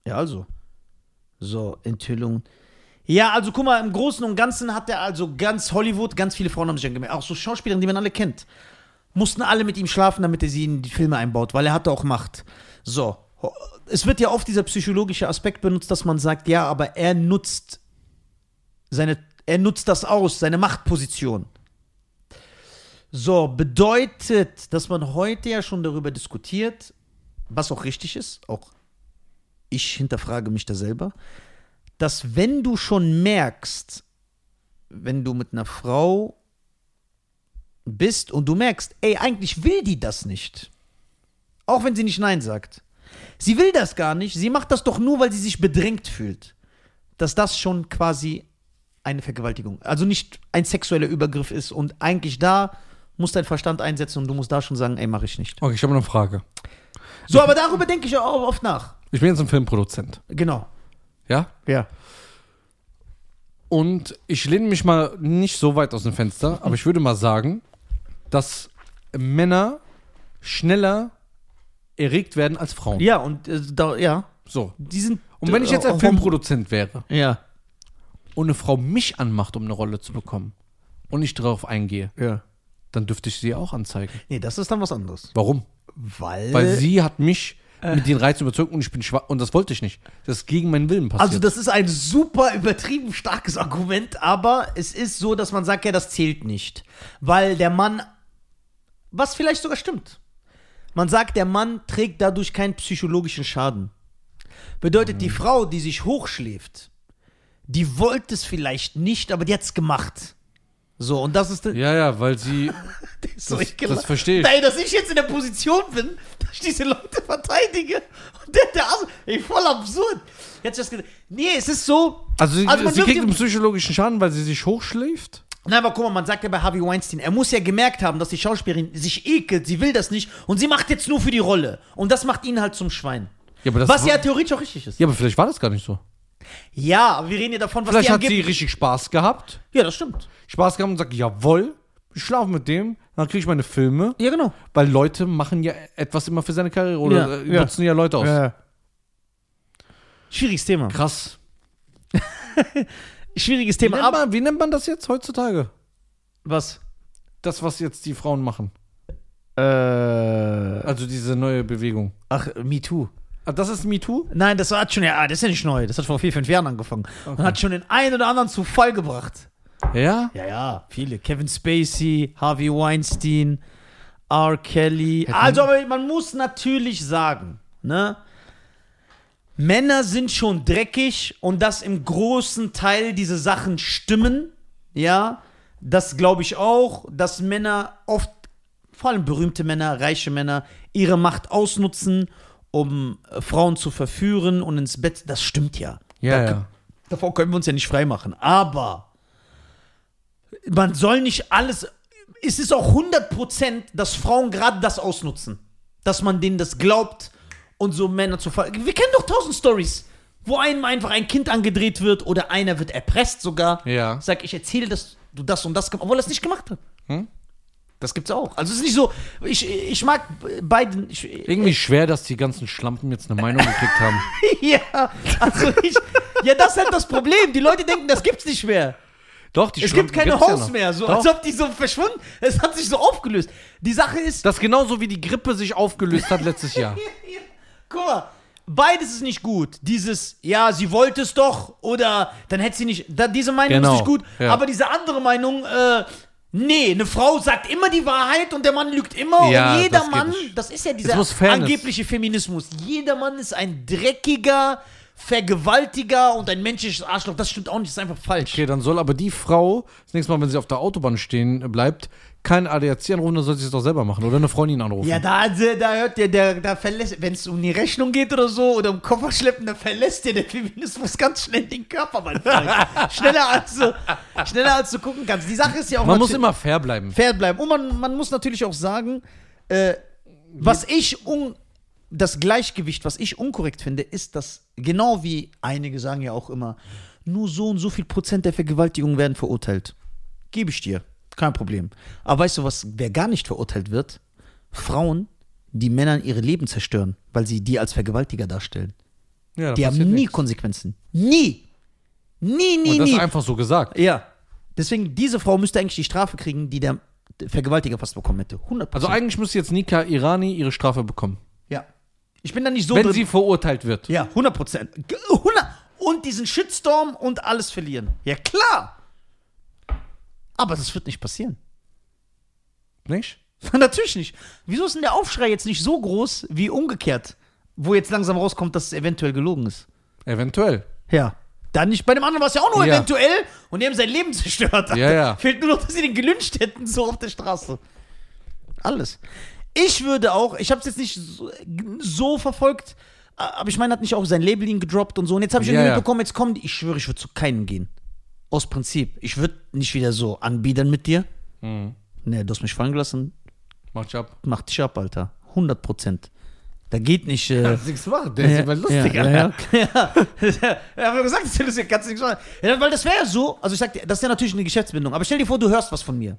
Ja, also. So, Enthüllung. Ja, also guck mal, im Großen und Ganzen hat er also ganz Hollywood, ganz viele Frauen haben sich angemeldet. Auch so Schauspielerinnen, die man alle kennt mussten alle mit ihm schlafen, damit er sie in die Filme einbaut, weil er hatte auch Macht. So. Es wird ja oft dieser psychologische Aspekt benutzt, dass man sagt, ja, aber er nutzt seine, er nutzt das aus, seine Machtposition. So, bedeutet, dass man heute ja schon darüber diskutiert, was auch richtig ist, auch ich hinterfrage mich da selber, dass wenn du schon merkst, wenn du mit einer Frau bist und du merkst, ey, eigentlich will die das nicht. Auch wenn sie nicht Nein sagt. Sie will das gar nicht, sie macht das doch nur, weil sie sich bedrängt fühlt. Dass das schon quasi eine Vergewaltigung, also nicht ein sexueller Übergriff ist und eigentlich da muss dein Verstand einsetzen und du musst da schon sagen, ey, mache ich nicht. Okay, ich habe eine Frage. So, aber darüber denke ich ja auch oft nach. Ich bin jetzt ein Filmproduzent. Genau. Ja? Ja. Und ich lehne mich mal nicht so weit aus dem Fenster, aber ich würde mal sagen, dass Männer schneller erregt werden als Frauen. Ja, und äh, da, ja. So. Die sind. äh, Und wenn ich jetzt ein Filmproduzent wäre Ja, und eine Frau mich anmacht, um eine Rolle zu bekommen und ich darauf eingehe, ja. dann dürfte ich sie auch anzeigen. Nee, das ist dann was anderes. Warum? Weil. Weil sie hat mich äh. mit den Reiz überzeugt und ich bin schwach und das wollte ich nicht. Das ist gegen meinen Willen passiert. also, das ist ein super übertrieben starkes Argument, aber es ist so, dass man sagt, ja, das zählt nicht. Weil der Mann. Was vielleicht sogar stimmt. Man sagt, der Mann trägt dadurch keinen psychologischen Schaden. Bedeutet, die Frau, die sich hochschläft, die wollte es vielleicht nicht, aber die hat es gemacht. So, und das ist. ja, ja, weil sie so Das- ich gelacht. das verstehe ich. Ey, dass ich jetzt in der Position bin, dass ich diese Leute verteidige und der, der Arme, ey, voll absurd. Jetzt hast du gesagt, nee, es ist so. Also, sie- man sie dürfte- kriegt einen psychologischen Schaden, weil sie sich hochschläft. Na, aber guck mal, man sagt ja bei Harvey Weinstein, er muss ja gemerkt haben, dass die Schauspielerin sich ekelt, sie will das nicht und sie macht jetzt nur für die Rolle. Und das macht ihn halt zum Schwein. Ja, aber das was war- ja theoretisch auch richtig ist. Ja, aber vielleicht war das gar nicht so. Ja, aber wir reden ja davon, was Vielleicht die hat sie angeben. richtig Spaß gehabt. Ja, das stimmt. Spaß gehabt und sagt, jawohl, ich schlafe mit dem, dann kriege ich meine Filme. Ja, genau. Weil Leute machen ja etwas immer für seine Karriere oder Ja, äh, ja. nutzen ja Leute aus. Schwieriges Thema. Krass. Schwieriges Wie Thema. nennt, Aber man, wie nennt man das jetzt heutzutage? was? Das, was jetzt die Frauen machen. Äh, Also diese neue Bewegung. ach, MeToo. Ah, das ist MeToo? Nein, das hat schon, ja, ah, das ist ja nicht neu. Das hat vor vier, fünf Jahren angefangen. Und hat schon den einen oder anderen zu Fall gebracht. Ja? Ja, ja, viele. Kevin Spacey, Harvey Weinstein, R. Kelly. Hätten- Also, aber man muss natürlich sagen, ne? Männer sind schon dreckig und dass im großen Teil diese Sachen stimmen, ja, das glaube ich auch, dass Männer oft, vor allem berühmte Männer, reiche Männer, ihre Macht ausnutzen, um äh, Frauen zu verführen und ins Bett, das stimmt ja. Ja, Da- ja. Davor können wir uns ja nicht freimachen. Aber man soll nicht alles. Es ist auch 100%, dass Frauen gerade das ausnutzen. Dass man denen das glaubt und so Männer zu ver. Wir kennen doch tausend Stories, wo einem einfach ein Kind angedreht wird oder einer wird erpresst sogar. Ja. Sag, ich erzähle, dass du das und das gemacht obwohl er es nicht gemacht hat. Hm? Das gibt's auch. Also es ist nicht so, ich, ich mag beiden. Ich, Irgendwie schwer, dass die ganzen Schlampen jetzt eine Meinung gekriegt haben. *laughs* ja, also ich. Ja, das ist halt das Problem. Die Leute denken, das gibt's nicht mehr. Doch, die Es gibt keine gibt's ja Hosts noch. mehr, so Doch. als ob die so verschwunden. Es hat sich so aufgelöst. Die Sache ist, das ist genauso wie die Grippe sich aufgelöst hat letztes *laughs* Jahr. guck mal, beides ist nicht gut. Dieses, ja, sie wollte es doch oder dann hätte sie nicht. Da, diese Meinung Genau, ist nicht gut, ja. aber diese andere Meinung, äh, nee, eine Frau sagt immer die Wahrheit und der Mann lügt immer Ja, und jeder das geht Mann, nicht. das ist ja Es dieser muss Fairness. angebliche Feminismus. Jeder Mann ist ein dreckiger. Vergewaltiger und ein menschliches Arschloch, das stimmt auch nicht, das ist einfach falsch. Okay, dann soll aber die Frau, das nächste Mal, wenn sie auf der Autobahn stehen bleibt, kein ADAC anrufen, dann soll sie es doch selber machen oder eine Freundin anrufen. Ja, da, also, da hört der, der da verlässt, wenn es um die Rechnung geht oder so oder um Kofferschleppen, dann verlässt dir der Feminismus ganz schnell den Körper, mein *laughs* Freund. schneller, als du, schneller als du gucken kannst. Die Sache ist ja auch Man muss natürlich- immer fair bleiben. fair bleiben. Und man, man muss natürlich auch sagen, äh, was ich un das Gleichgewicht, was ich unkorrekt finde, ist, dass genau wie einige sagen ja auch immer, nur so und so viel Prozent der Vergewaltigungen werden verurteilt. Gebe ich dir, kein Problem. Aber weißt du was, wer gar nicht verurteilt wird? Frauen, die Männern ihre Leben zerstören, weil sie die als Vergewaltiger darstellen. Ja, Die haben passiert nie nichts. Konsequenzen. Nie. Nie, nie, Und das nie. einfach so gesagt. Ja. Deswegen, diese Frau müsste eigentlich die Strafe kriegen, die der Vergewaltiger fast bekommen hätte. 100 Also eigentlich müsste jetzt Nika Irani ihre Strafe bekommen. ja. Ich bin da nicht so. wenn drin. sie verurteilt wird. ja, 100 Prozent. 100 und diesen Shitstorm und alles verlieren. Ja, klar. Aber das wird nicht passieren. *laughs* Nicht? Natürlich nicht. Wieso ist denn der Aufschrei jetzt nicht so groß wie umgekehrt? Wo jetzt langsam rauskommt, dass es eventuell gelogen ist. Eventuell. Ja. Dann nicht. Bei dem anderen war es ja auch nur Ja. eventuell und die haben sein Leben zerstört. Alter. Ja, *laughs* ja. Fehlt nur noch, dass sie den gelünscht hätten, so auf der Straße. Alles. Ich würde auch, ich habe es jetzt nicht so, so verfolgt, aber ich meine, hat nicht auch sein Labeling gedroppt und so. Und jetzt habe ich Ja, irgendwie ja. mitbekommen, jetzt kommen die. Ich schwöre, ich würde zu keinem gehen. Aus Prinzip. Ich würde nicht wieder so anbiedern mit dir. Mhm. Nee, du hast mich fallen gelassen. Mach ich ab. Mach dich ab, Alter. 100 Prozent. Da geht nicht. *laughs* Äh, nichts machen. Der ist ja, ja, ja. *laughs* ja. Er hat mir gesagt, das ist ja lustig, kannst du nichts machen. Ja, weil das wäre ja so, also ich sag dir, das ist ja natürlich eine Geschäftsbindung, aber stell dir vor, du hörst was von mir.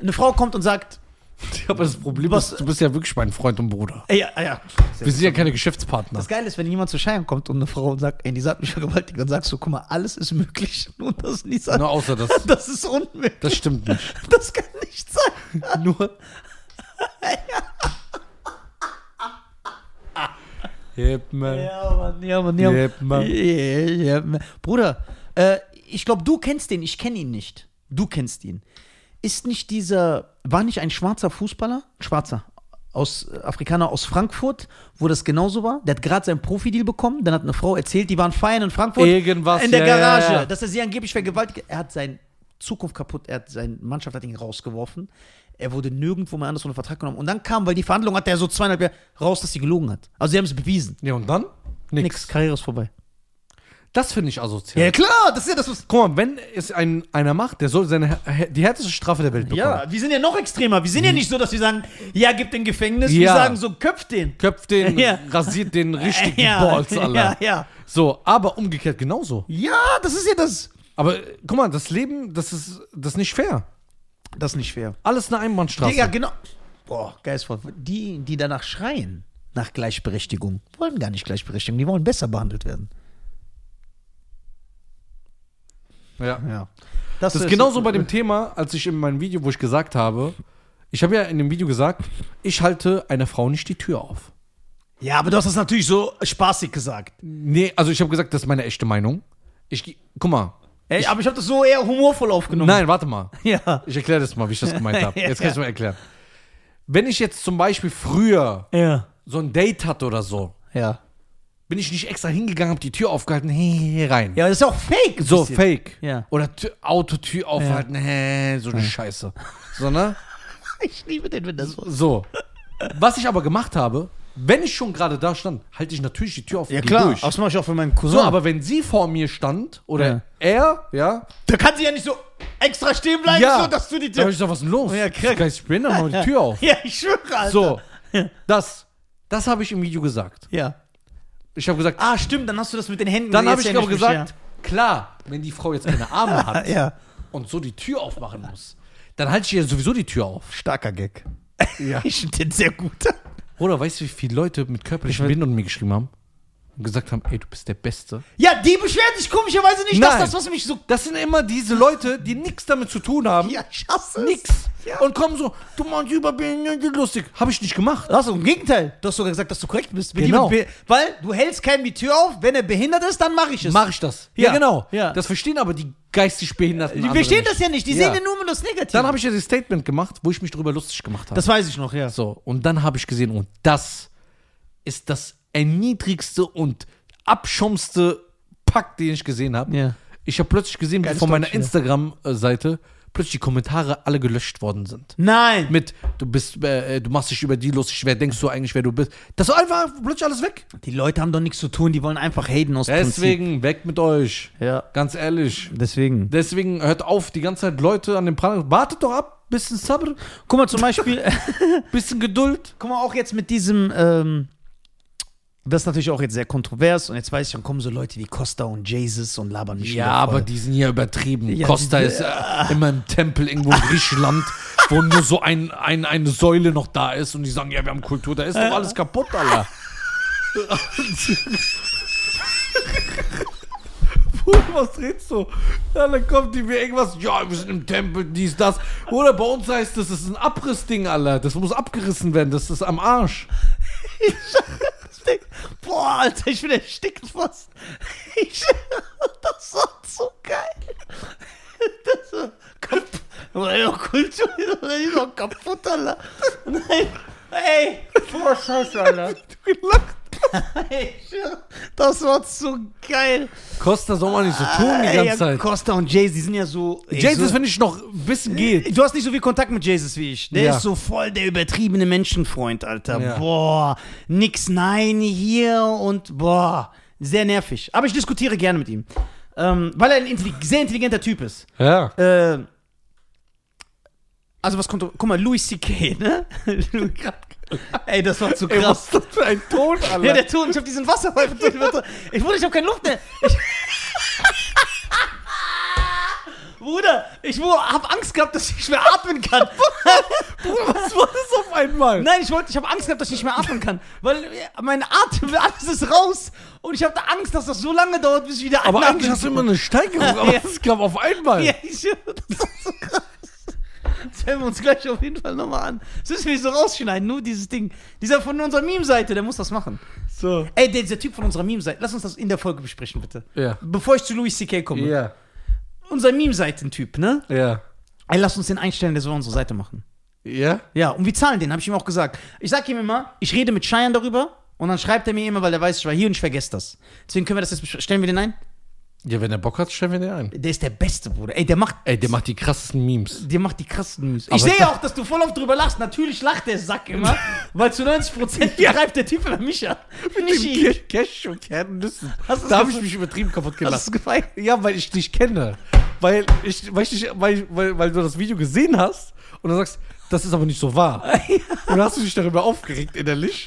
Eine Frau kommt und sagt, Aber das Problem Was- ist, du bist ja wirklich mein Freund und Bruder. ey, ah ja, ja. Wir sind ja keine *laughs* Geschäftspartner. Das Geile ist, wenn jemand zu Scheiern kommt und eine Frau und sagt, ey, die hat mich vergewaltigt, dann sagst du, guck mal, alles ist möglich, *laughs* nur das nicht sein. Nur außer das. Das ist unmöglich. Das stimmt nicht. Das kann nicht sein. *laughs* Nur. Hip, man. Ja, Mann, ja, Mann, ja, Mann. Yep, Mann. Ja, ja, Mann. Bruder, äh, ich glaube, du kennst den, ich kenne ihn nicht. Du kennst ihn. Ist nicht dieser, war nicht ein schwarzer Fußballer? Schwarzer. Aus äh, Afrikaner aus Frankfurt, wo das genauso war. Der hat gerade seinen Profideal bekommen. Dann hat eine Frau erzählt, die waren feiern in Frankfurt. Irgendwas, In der ja, ja, Garage, ja. dass er sie angeblich vergewaltigt. Er hat seinen Zukunft kaputt. Er hat, seine Mannschaft hat ihn rausgeworfen. Er wurde nirgendwo mehr anders unter Vertrag genommen. Und dann kam, weil die Verhandlung hatte er so zweieinhalb Jahre raus, dass sie gelogen hat. Also sie haben es bewiesen. Ja, und dann? Nix. Nix, Karriere ist vorbei. Das finde ich asozial. Ja, klar, das ist ja das, was. Guck mal, wenn es ein, einer macht, der soll seine, die härteste Strafe der Welt bekommen. Ja, wir sind ja noch extremer. Wir sind ja nicht so, dass wir sagen, ja, gib den Gefängnis. Wir Mhm. Ja. sagen so, köpft den. Köpft den, *laughs* Ja. rasiert *laughs* den richtig die Ja, Balls, Alter. ja, ja. So, aber umgekehrt genauso. Ja, das ist ja das. Aber äh, guck mal, das Leben, das ist, das ist nicht fair. Das ist nicht fair. Alles eine Einbahnstraße. Digga, genau. Boah, geistvoll. Die, die danach schreien, nach Gleichberechtigung, wollen gar nicht Gleichberechtigung. Die wollen besser behandelt werden. ja. Ja. Das ist genauso bei dem Thema, als ich in meinem Video, wo ich gesagt habe, ich habe ja in dem Video gesagt, ich halte einer Frau nicht die Tür auf. Ja, aber du hast das natürlich so spaßig gesagt. Nee, also ich habe gesagt, das ist meine echte Meinung. Ich, ge- guck mal. Ey, aber ich habe das so eher humorvoll aufgenommen. Nein, warte mal. *laughs* Ja. Ich erkläre das mal, wie ich das gemeint habe. *laughs* Ja, Jetzt ja. kannst du mir erklären. Wenn ich jetzt zum Beispiel früher Ja. so ein Date hatte oder so, Ja. bin ich nicht extra hingegangen, habe die Tür aufgehalten, hey, hey, hey, rein. Ja, das ist auch fake. ein So, bisschen. fake. Ja. Oder Tür- Autotür aufhalten, hä, so eine Scheiße. So, ne? *laughs* Ich liebe den, wenn das so So. Was ich aber gemacht habe, wenn ich schon gerade da stand, halte ich natürlich die Tür auf und Ja, geh klar. durch. Das mache ich auch für meinen Cousin. So, aber wenn sie vor mir stand oder Ja. er, ja, da kann sie ja nicht so extra stehen bleiben, ja, so dass du die dann hab Tür. ich gesagt, was ist denn los? Ja, Geil, krank. ich bin dann mal die Tür *laughs* auf. Ja, ich schwöre, Alter. So, das, das habe ich im Video gesagt. Ja. Ich habe gesagt, Ah, stimmt, dann hast du das mit den Händen dann habe Jetzt ich aber erinnere mich, gesagt, klar, wenn die Frau jetzt *laughs* keine Arme Ja. hat ah, ja. und so die Tür aufmachen muss, dann halte ich ihr sowieso die Tür auf. Starker Gag. Ja. *laughs* Ich finde den sehr gut. Oder weißt du, wie viele Leute mit körperlichen Bindungen mir geschrieben haben und gesagt haben, ey, du bist der Beste? Ja, die beschweren sich komischerweise nicht, Nein. dass das, was mich so. *laughs* Das sind immer diese Leute, die nichts damit zu tun haben. Ja, ich hasse Nix. es. Ja. Und kommen so, du machst überbindend lustig. Habe ich nicht gemacht. Achso, im Gegenteil. Du hast sogar gesagt, dass du korrekt bist. Mit Genau. jemandem be- weil du hältst keinem die Tür auf, wenn er behindert ist, dann mache ich es. Mache ich das. Ja, Äh, Ja. genau. Ja. Das verstehen aber die geistig Behinderten. die andere verstehen das ja nicht, die Ja. sehen ja nur immer das Negative. Dann habe ich ja das Statement gemacht, wo ich mich darüber lustig gemacht habe. das weiß ich noch, ja. so, und dann habe ich gesehen, und das ist das erniedrigste und abschomste Pack, den ich gesehen habe. Ja. Ich habe plötzlich gesehen, wie Geiles von meiner Deutsch, ja. Instagram-Seite plötzlich die Kommentare alle gelöscht worden sind. Nein. Mit, du bist, äh, äh, du machst dich über die lustig, wer denkst du eigentlich, wer du bist? Das war einfach plötzlich alles weg. Die Leute haben doch nichts zu tun, die wollen einfach Hayden aus Deswegen weg mit euch. Prinzip. Ja. Ganz ehrlich. Deswegen. Deswegen hört auf, die ganze Zeit Leute an den Pranger. Wartet doch ab, bisschen Sabr, Guck mal zum *laughs* Beispiel, äh, bisschen Geduld. guck mal auch jetzt mit diesem, ähm, das ist natürlich auch jetzt sehr kontrovers und jetzt weiß ich, dann kommen so Leute wie Costa und Jesus und labern mich wieder Ja, voll. aber die sind ja übertrieben. Ja, Costa die- ist äh, immer im Tempel irgendwo *laughs* in Griechenland, wo nur so ein, ein, eine Säule noch da ist und die sagen, ja, wir haben Kultur, da ist doch alles kaputt, *laughs* Alter. Bruder, was redest du? Ja, dann kommt die mir irgendwas, ja, wir sind im Tempel, dies, das. Oder bei uns heißt das, das ist ein Abrissding, Alter. Das muss abgerissen werden, das ist am Arsch. Boah, Alter, ich bin erstickt fast. *laughs* Ich, das war so geil. Das war kaputt. Meine Kultur ist doch kaputt, Alter. Nein. Ey. Boah, scheiße, Alter. *laughs* Du gelacht. Ey, ich schwöre, das war so geil. Costa soll man nicht so tun die Ey, ja, ganze Zeit. Costa und Jay, die sind ja so. ey, Jesus so, finde ich noch ein bisschen geht. Du hast nicht so viel Kontakt mit Jesus wie ich. Der Ja. ist so voll der übertriebene Menschenfreund, Alter. Ja. Boah, nix nein hier und boah, sehr nervig. Aber ich diskutiere gerne mit ihm, ähm, weil er ein intelli sehr intelligenter Typ ist. Ja. Äh, also was kommt? Guck mal, Louis C.K. Ne? *laughs* Ey, das war zu Ey, krass. was ist das für ein Ton, Alter? Ja, der Ton. Ich hab diesen Wasserpfeifen. Ich wurde, ich hab keine Luft mehr. Ich Bruder, ich wo- hab Angst gehabt, dass ich nicht mehr atmen *laughs* kann. was war das auf einmal? Nein, ich wollte, ich hab Angst gehabt, dass ich nicht mehr atmen kann, weil äh, mein Atem, alles ist raus und ich hatte Angst, dass das so lange dauert, bis ich wieder aber einatmen eigentlich hast du kann. immer eine Steigerung, aber Ja. das kam auf einmal. *laughs* Ja, ich, das war so krass. Das hören wir uns gleich auf jeden Fall nochmal an. Das müssen wir so rausschneiden, nur dieses Ding. Dieser von unserer Meme-Seite, der muss das machen. So. Ey, der- dieser Typ von unserer Meme-Seite, lass uns das in der Folge besprechen, bitte. Ja. Bevor ich zu Louis C.K. komme. Ja, Unser Meme-Seiten-Typ, ne? ja. Ey, lass uns den einstellen, der soll unsere Seite machen. Ja? Ja, und wir zahlen den, habe ich ihm auch gesagt. Ich sag ihm immer, ich rede mit Cheyenne darüber und dann schreibt er mir immer, weil er weiß, ich war hier und ich vergesse das. Deswegen können wir das jetzt besprechen. Stellen wir den ein? Ja, wenn der Bock hat, stellen wir den ein. Der ist der Beste, Bruder. Ey, der macht, Ey, der macht die krassesten Memes. der macht die krassen News. Aber Ich sehe da- auch, dass du voll oft drüber lachst. Natürlich lacht der Sack *laughs* immer, weil zu 90% greift der Typ an mich an. Bin ich ihn. Cashew-Kernnüssen. Hast du's Da habe ich gefunden? mich übertrieben kaputt Hast du gelassen. es gefallen? Ja, weil ich dich kenne. Weil, ich, weil, ich dich, weil, weil, weil du das Video gesehen hast und dann sagst, das ist aber nicht so wahr. Und dann hast du dich darüber aufgeregt innerlich.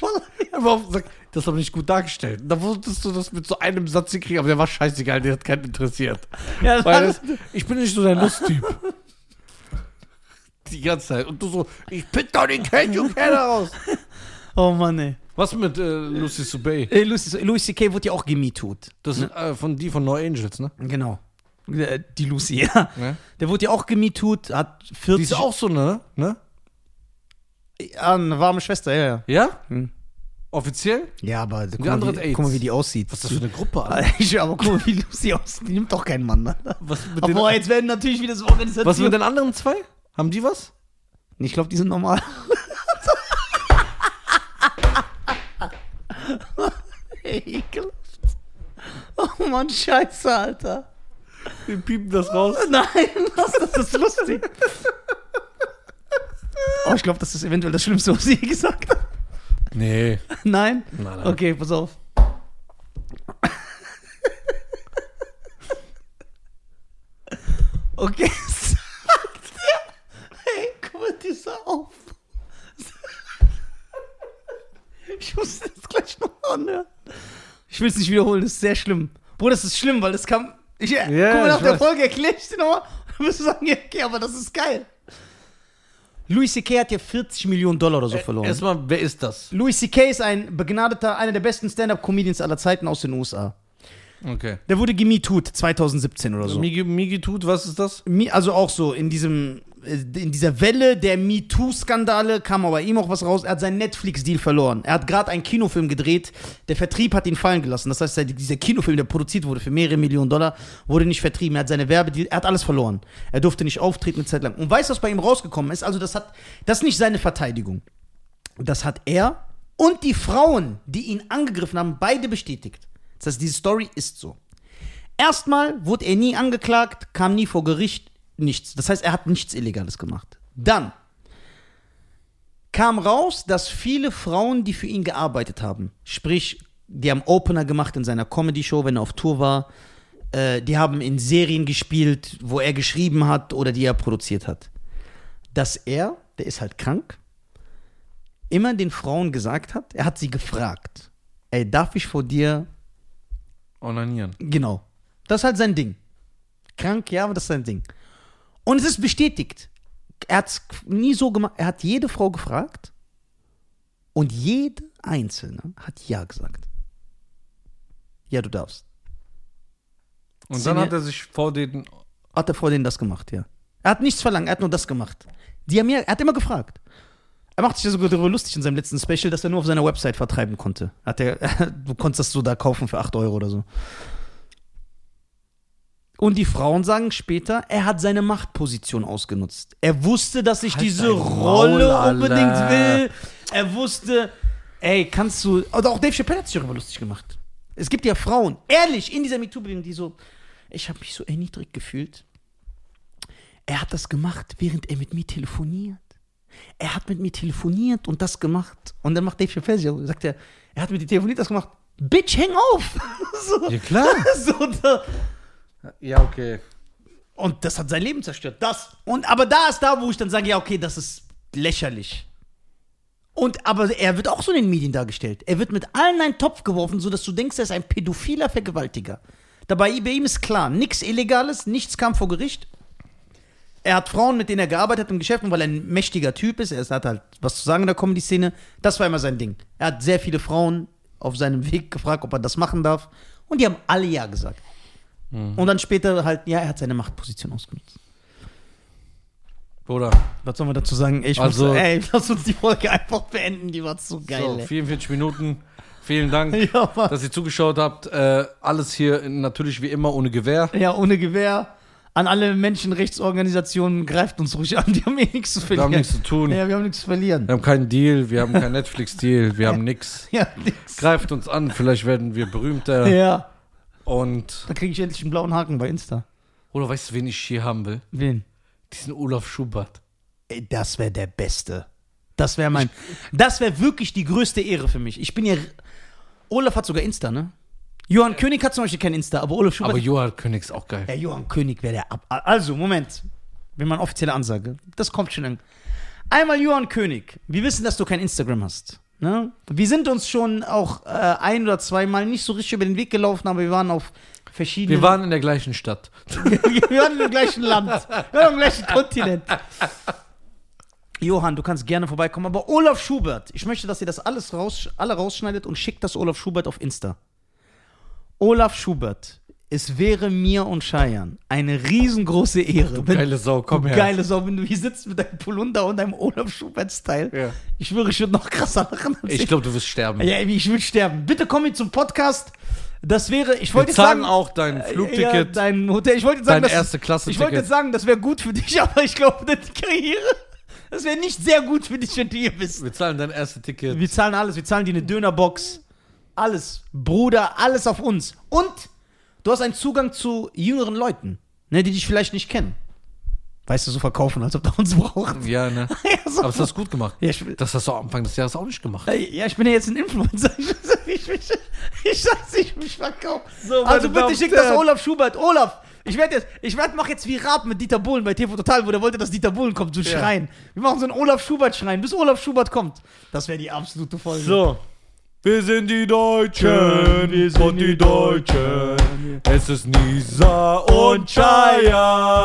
Aber auf, sag, das ist aber nicht gut dargestellt. Da wusstest du das mit so einem Satz hinkriegen, aber der war scheißegal, der hat keinen interessiert. *laughs* Ja, Weil das- das, ich bin nicht so der Lusttyp. Die ganze Zeit. Und du so, ich pick doch den Cashew-Kern raus. Oh Mann, ey. Was mit äh, Lucy Subay? Ey, Äh, Louis, Louis C.K. wurde ja auch gemietut. Das sind äh, von die von No Angels, ne? Genau. Äh, Die Lucy, *laughs* ja. Ja. Der wurde ja auch gemietut, hat Die 40. ist auch so eine, ne? Ah, eine warme Schwester, ja, ja. Ja? Hm. Offiziell? Ja, aber guck Die mal, andere wie, hat AIDS. guck mal, wie die aussieht. Was ist das *laughs* für eine Gruppe, Alter? Ich, aber guck mal, wie Lucy aussieht. Die nimmt doch keinen Mann, ne? Was mit, den, Obwohl, jetzt werden natürlich wieder so Organisationen. was mit den anderen zwei? Haben die was? ich glaube, die sind normal. *laughs* Ekelhaft. Oh Mann, scheiße, Alter. Wir piepen das raus. *laughs* Nein, lass das, das ist lustig. Oh, ich glaube, das ist eventuell das Schlimmste, was sie je gesagt hat. Nee. *laughs* Nein? Nein, nein. Okay, pass auf. *laughs* Okay, *laughs* sagt er. Hey, guck mal, dieser auf. *laughs* Ich muss das gleich noch anhören. Ich will es nicht wiederholen, das ist sehr schlimm. Bruder, das ist schlimm, weil das kam. Ich, guck mal, nach ich der weiß. Folge erkläre ich dir nochmal. Dann wirst du sagen, ja, okay, aber das ist geil. Louis C.K. hat ja 40 Millionen Dollar Äh, oder so verloren. Erstmal, wer ist das? Louis C.K. ist ein begnadeter, einer der besten Stand-Up-Comedians aller Zeiten aus den USA. Okay. Der wurde gemietut 2017 oder so. Migi, Migi tut, was ist das? Mi- Also auch so in diesem, äh, in dieser Welle der MeToo-Skandale kam aber ihm auch was raus. Er hat seinen Netflix-Deal verloren. Er hat gerade einen Kinofilm gedreht. Der Vertrieb hat ihn fallen gelassen. Das heißt, dieser Kinofilm, der produziert wurde für mehrere Millionen Dollar, wurde nicht vertrieben. Er hat seine Werbedeal, er hat alles verloren. Er durfte nicht auftreten eine Zeit lang. Und weißt du, was bei ihm rausgekommen ist? Also das hat, das ist nicht seine Verteidigung. Das hat er und die Frauen, die ihn angegriffen haben, beide bestätigt. Das heißt, diese Story ist so. Erstmal wurde er nie angeklagt, kam nie vor Gericht, nichts. Das heißt, er hat nichts Illegales gemacht. Dann kam raus, dass viele Frauen, die für ihn gearbeitet haben, sprich, die haben Opener gemacht in seiner Comedy-Show, wenn er auf Tour war, äh, die haben in Serien gespielt, wo er geschrieben hat oder die er produziert hat, dass er, der ist halt krank, immer den Frauen gesagt hat, er hat sie gefragt, ey, darf ich vor dir Onanieren. Genau. Das ist halt sein Ding. Krank, ja, aber das ist sein Ding. Und es ist bestätigt. Er hat es nie so gemacht. Er hat jede Frau gefragt und jede einzelne hat Ja gesagt. Ja, du darfst. Und Sind dann hat ja- er sich vor den. Hat er vor denen das gemacht, ja. Er hat nichts verlangt, er hat nur das gemacht. Die haben ja, er hat immer gefragt. Er macht sich ja sogar darüber lustig in seinem letzten Special, dass er nur auf seiner Website vertreiben konnte. Hat er, *laughs* du konntest das so da kaufen für 8 Euro oder so. Und die Frauen sagen später, er hat seine Machtposition ausgenutzt. Er wusste, dass ich diese Halt dein Maul, Rolle Alter. unbedingt will. Er wusste, ey, kannst du. Oder auch Dave Chappelle hat sich darüber lustig gemacht. Es gibt ja Frauen, ehrlich, in dieser MeToo-Bewegung, die so, ich habe mich so erniedrigt gefühlt. Er hat das gemacht, während er mit mir telefoniert. Er hat mit mir telefoniert und das gemacht. Und dann macht Dave Chappelle, sich auf- sagt er, er hat mit dir telefoniert, das gemacht. Bitch, häng auf! *laughs* so, Ja, klar. *laughs* so, da, Ja, okay. und das hat sein Leben zerstört. Das. Und aber da ist da, wo ich dann sage, ja, okay, das ist lächerlich. Und aber er wird auch so in den Medien dargestellt. Er wird mit allen in einen Topf geworfen, sodass du denkst, er ist ein pädophiler Vergewaltiger. Dabei bei ihm ist klar, nichts Illegales, nichts kam vor Gericht. Er hat Frauen, mit denen er gearbeitet hat im Geschäft, und weil er ein mächtiger Typ ist, er ist- hat halt was zu sagen in der Comedy-Szene. Das war immer sein Ding. Er hat sehr viele Frauen auf seinem Weg gefragt, ob er das machen darf. Und die haben alle Ja gesagt. Und dann später halt, ja, er hat seine Machtposition ausgenutzt. Bruder. Was sollen wir dazu sagen? Ey, Ich Also- muss, ey, *laughs* lass uns die Folge einfach beenden, die war zu geil. So, ey. 44 Minuten. Vielen Dank, *laughs* Ja, Mann. dass ihr zugeschaut habt. Äh, alles hier in- natürlich wie immer ohne Gewehr. ja, ohne Gewehr. An alle Menschenrechtsorganisationen greift uns ruhig an, *laughs* die haben eh nichts zu Wir verlieren. haben nichts zu tun. Ja, wir haben nichts zu verlieren. Wir haben keinen Deal, wir haben keinen Netflix-Deal, wir haben nix. *laughs* Ja, nix. Greift uns an, vielleicht werden wir berühmter. Ja. Und, Da kriege ich endlich einen blauen Haken bei Insta. oder weißt du, wen ich hier haben will? Wen? Diesen Olaf Schubert. Ey, das wäre der Beste. Das wäre mein. Das wäre wirklich die größte Ehre für mich. Ich bin ja. Olaf hat sogar Insta, ne? Johann König hat zum Beispiel kein Insta, aber Olaf Schubert. Aber Johann König ist auch geil. ja, Johann König wäre der ab. Also, Moment. Wenn man offizielle Ansage. Das kommt schon an. Einmal Johann König. Wir wissen, dass du kein Instagram hast. Ne? Wir sind uns schon auch äh, ein oder zweimal nicht so richtig über den Weg gelaufen, aber wir waren auf verschiedenen. Wir waren in der gleichen Stadt. Wir waren im gleichen Land. Wir waren im gleichen Kontinent. Johann, du kannst gerne vorbeikommen, aber Olaf Schubert, ich möchte, dass ihr das alles raus, alle rausschneidet und schickt das Olaf Schubert auf Insta. Olaf Schubert, es wäre mir und Scheiern eine riesengroße Ehre. wenn- Geile Sau, komm du her. Geile Sau, wenn du hier sitzt mit deinem Polunder und deinem Olaf Schubert-Style. Ja. Ich schwöre, ich würde noch krasser lachen. Als Ich glaube, du wirst sterben. ja, ich würde sterben. Bitte komm hier zum Podcast. Das wäre, ich wollte Wir jetzt sagen, äh, zahlen auch dein ja, Flugticket, dein Hotel. Ich wollte jetzt sagen, dein das, erste Klasse ich wollte jetzt Ticket. sagen, das wäre gut für dich, aber ich glaube, deine Karriere, das wäre nicht sehr gut für dich, wenn du hier bist. Wir zahlen dein erstes Ticket. Wir zahlen alles, wir zahlen dir eine Dönerbox, alles, Bruder, alles auf uns. Und du hast einen Zugang zu jüngeren Leuten, ne, die dich vielleicht nicht kennen. Weißt du, so verkaufen, als ob du uns braucht. Ja, ne? Ja, so. Aber es hast du gut gemacht. ja, ich, Das hast du am Anfang des Jahres auch nicht gemacht. Ey, Ja, ich bin ja jetzt ein Influencer. Ich, ich, ich, ich sag's, ich mich verkaufe. So, meine also Damen bitte und schick das Herren. Olaf Schubert. Olaf, ich werd jetzt, ich werd, mach jetzt wie Raab mit Dieter Bohlen bei TV Total, wo der wollte, dass Dieter Bohlen kommt, so Ja. schreien. Wir machen so einen Olaf Schubert schreien, bis Olaf Schubert kommt. Das wäre die absolute Folge. So. Wir sind die Deutschen Wir sind und die die Deutschen. Es ist Nisa und Und Chaya. Chaya.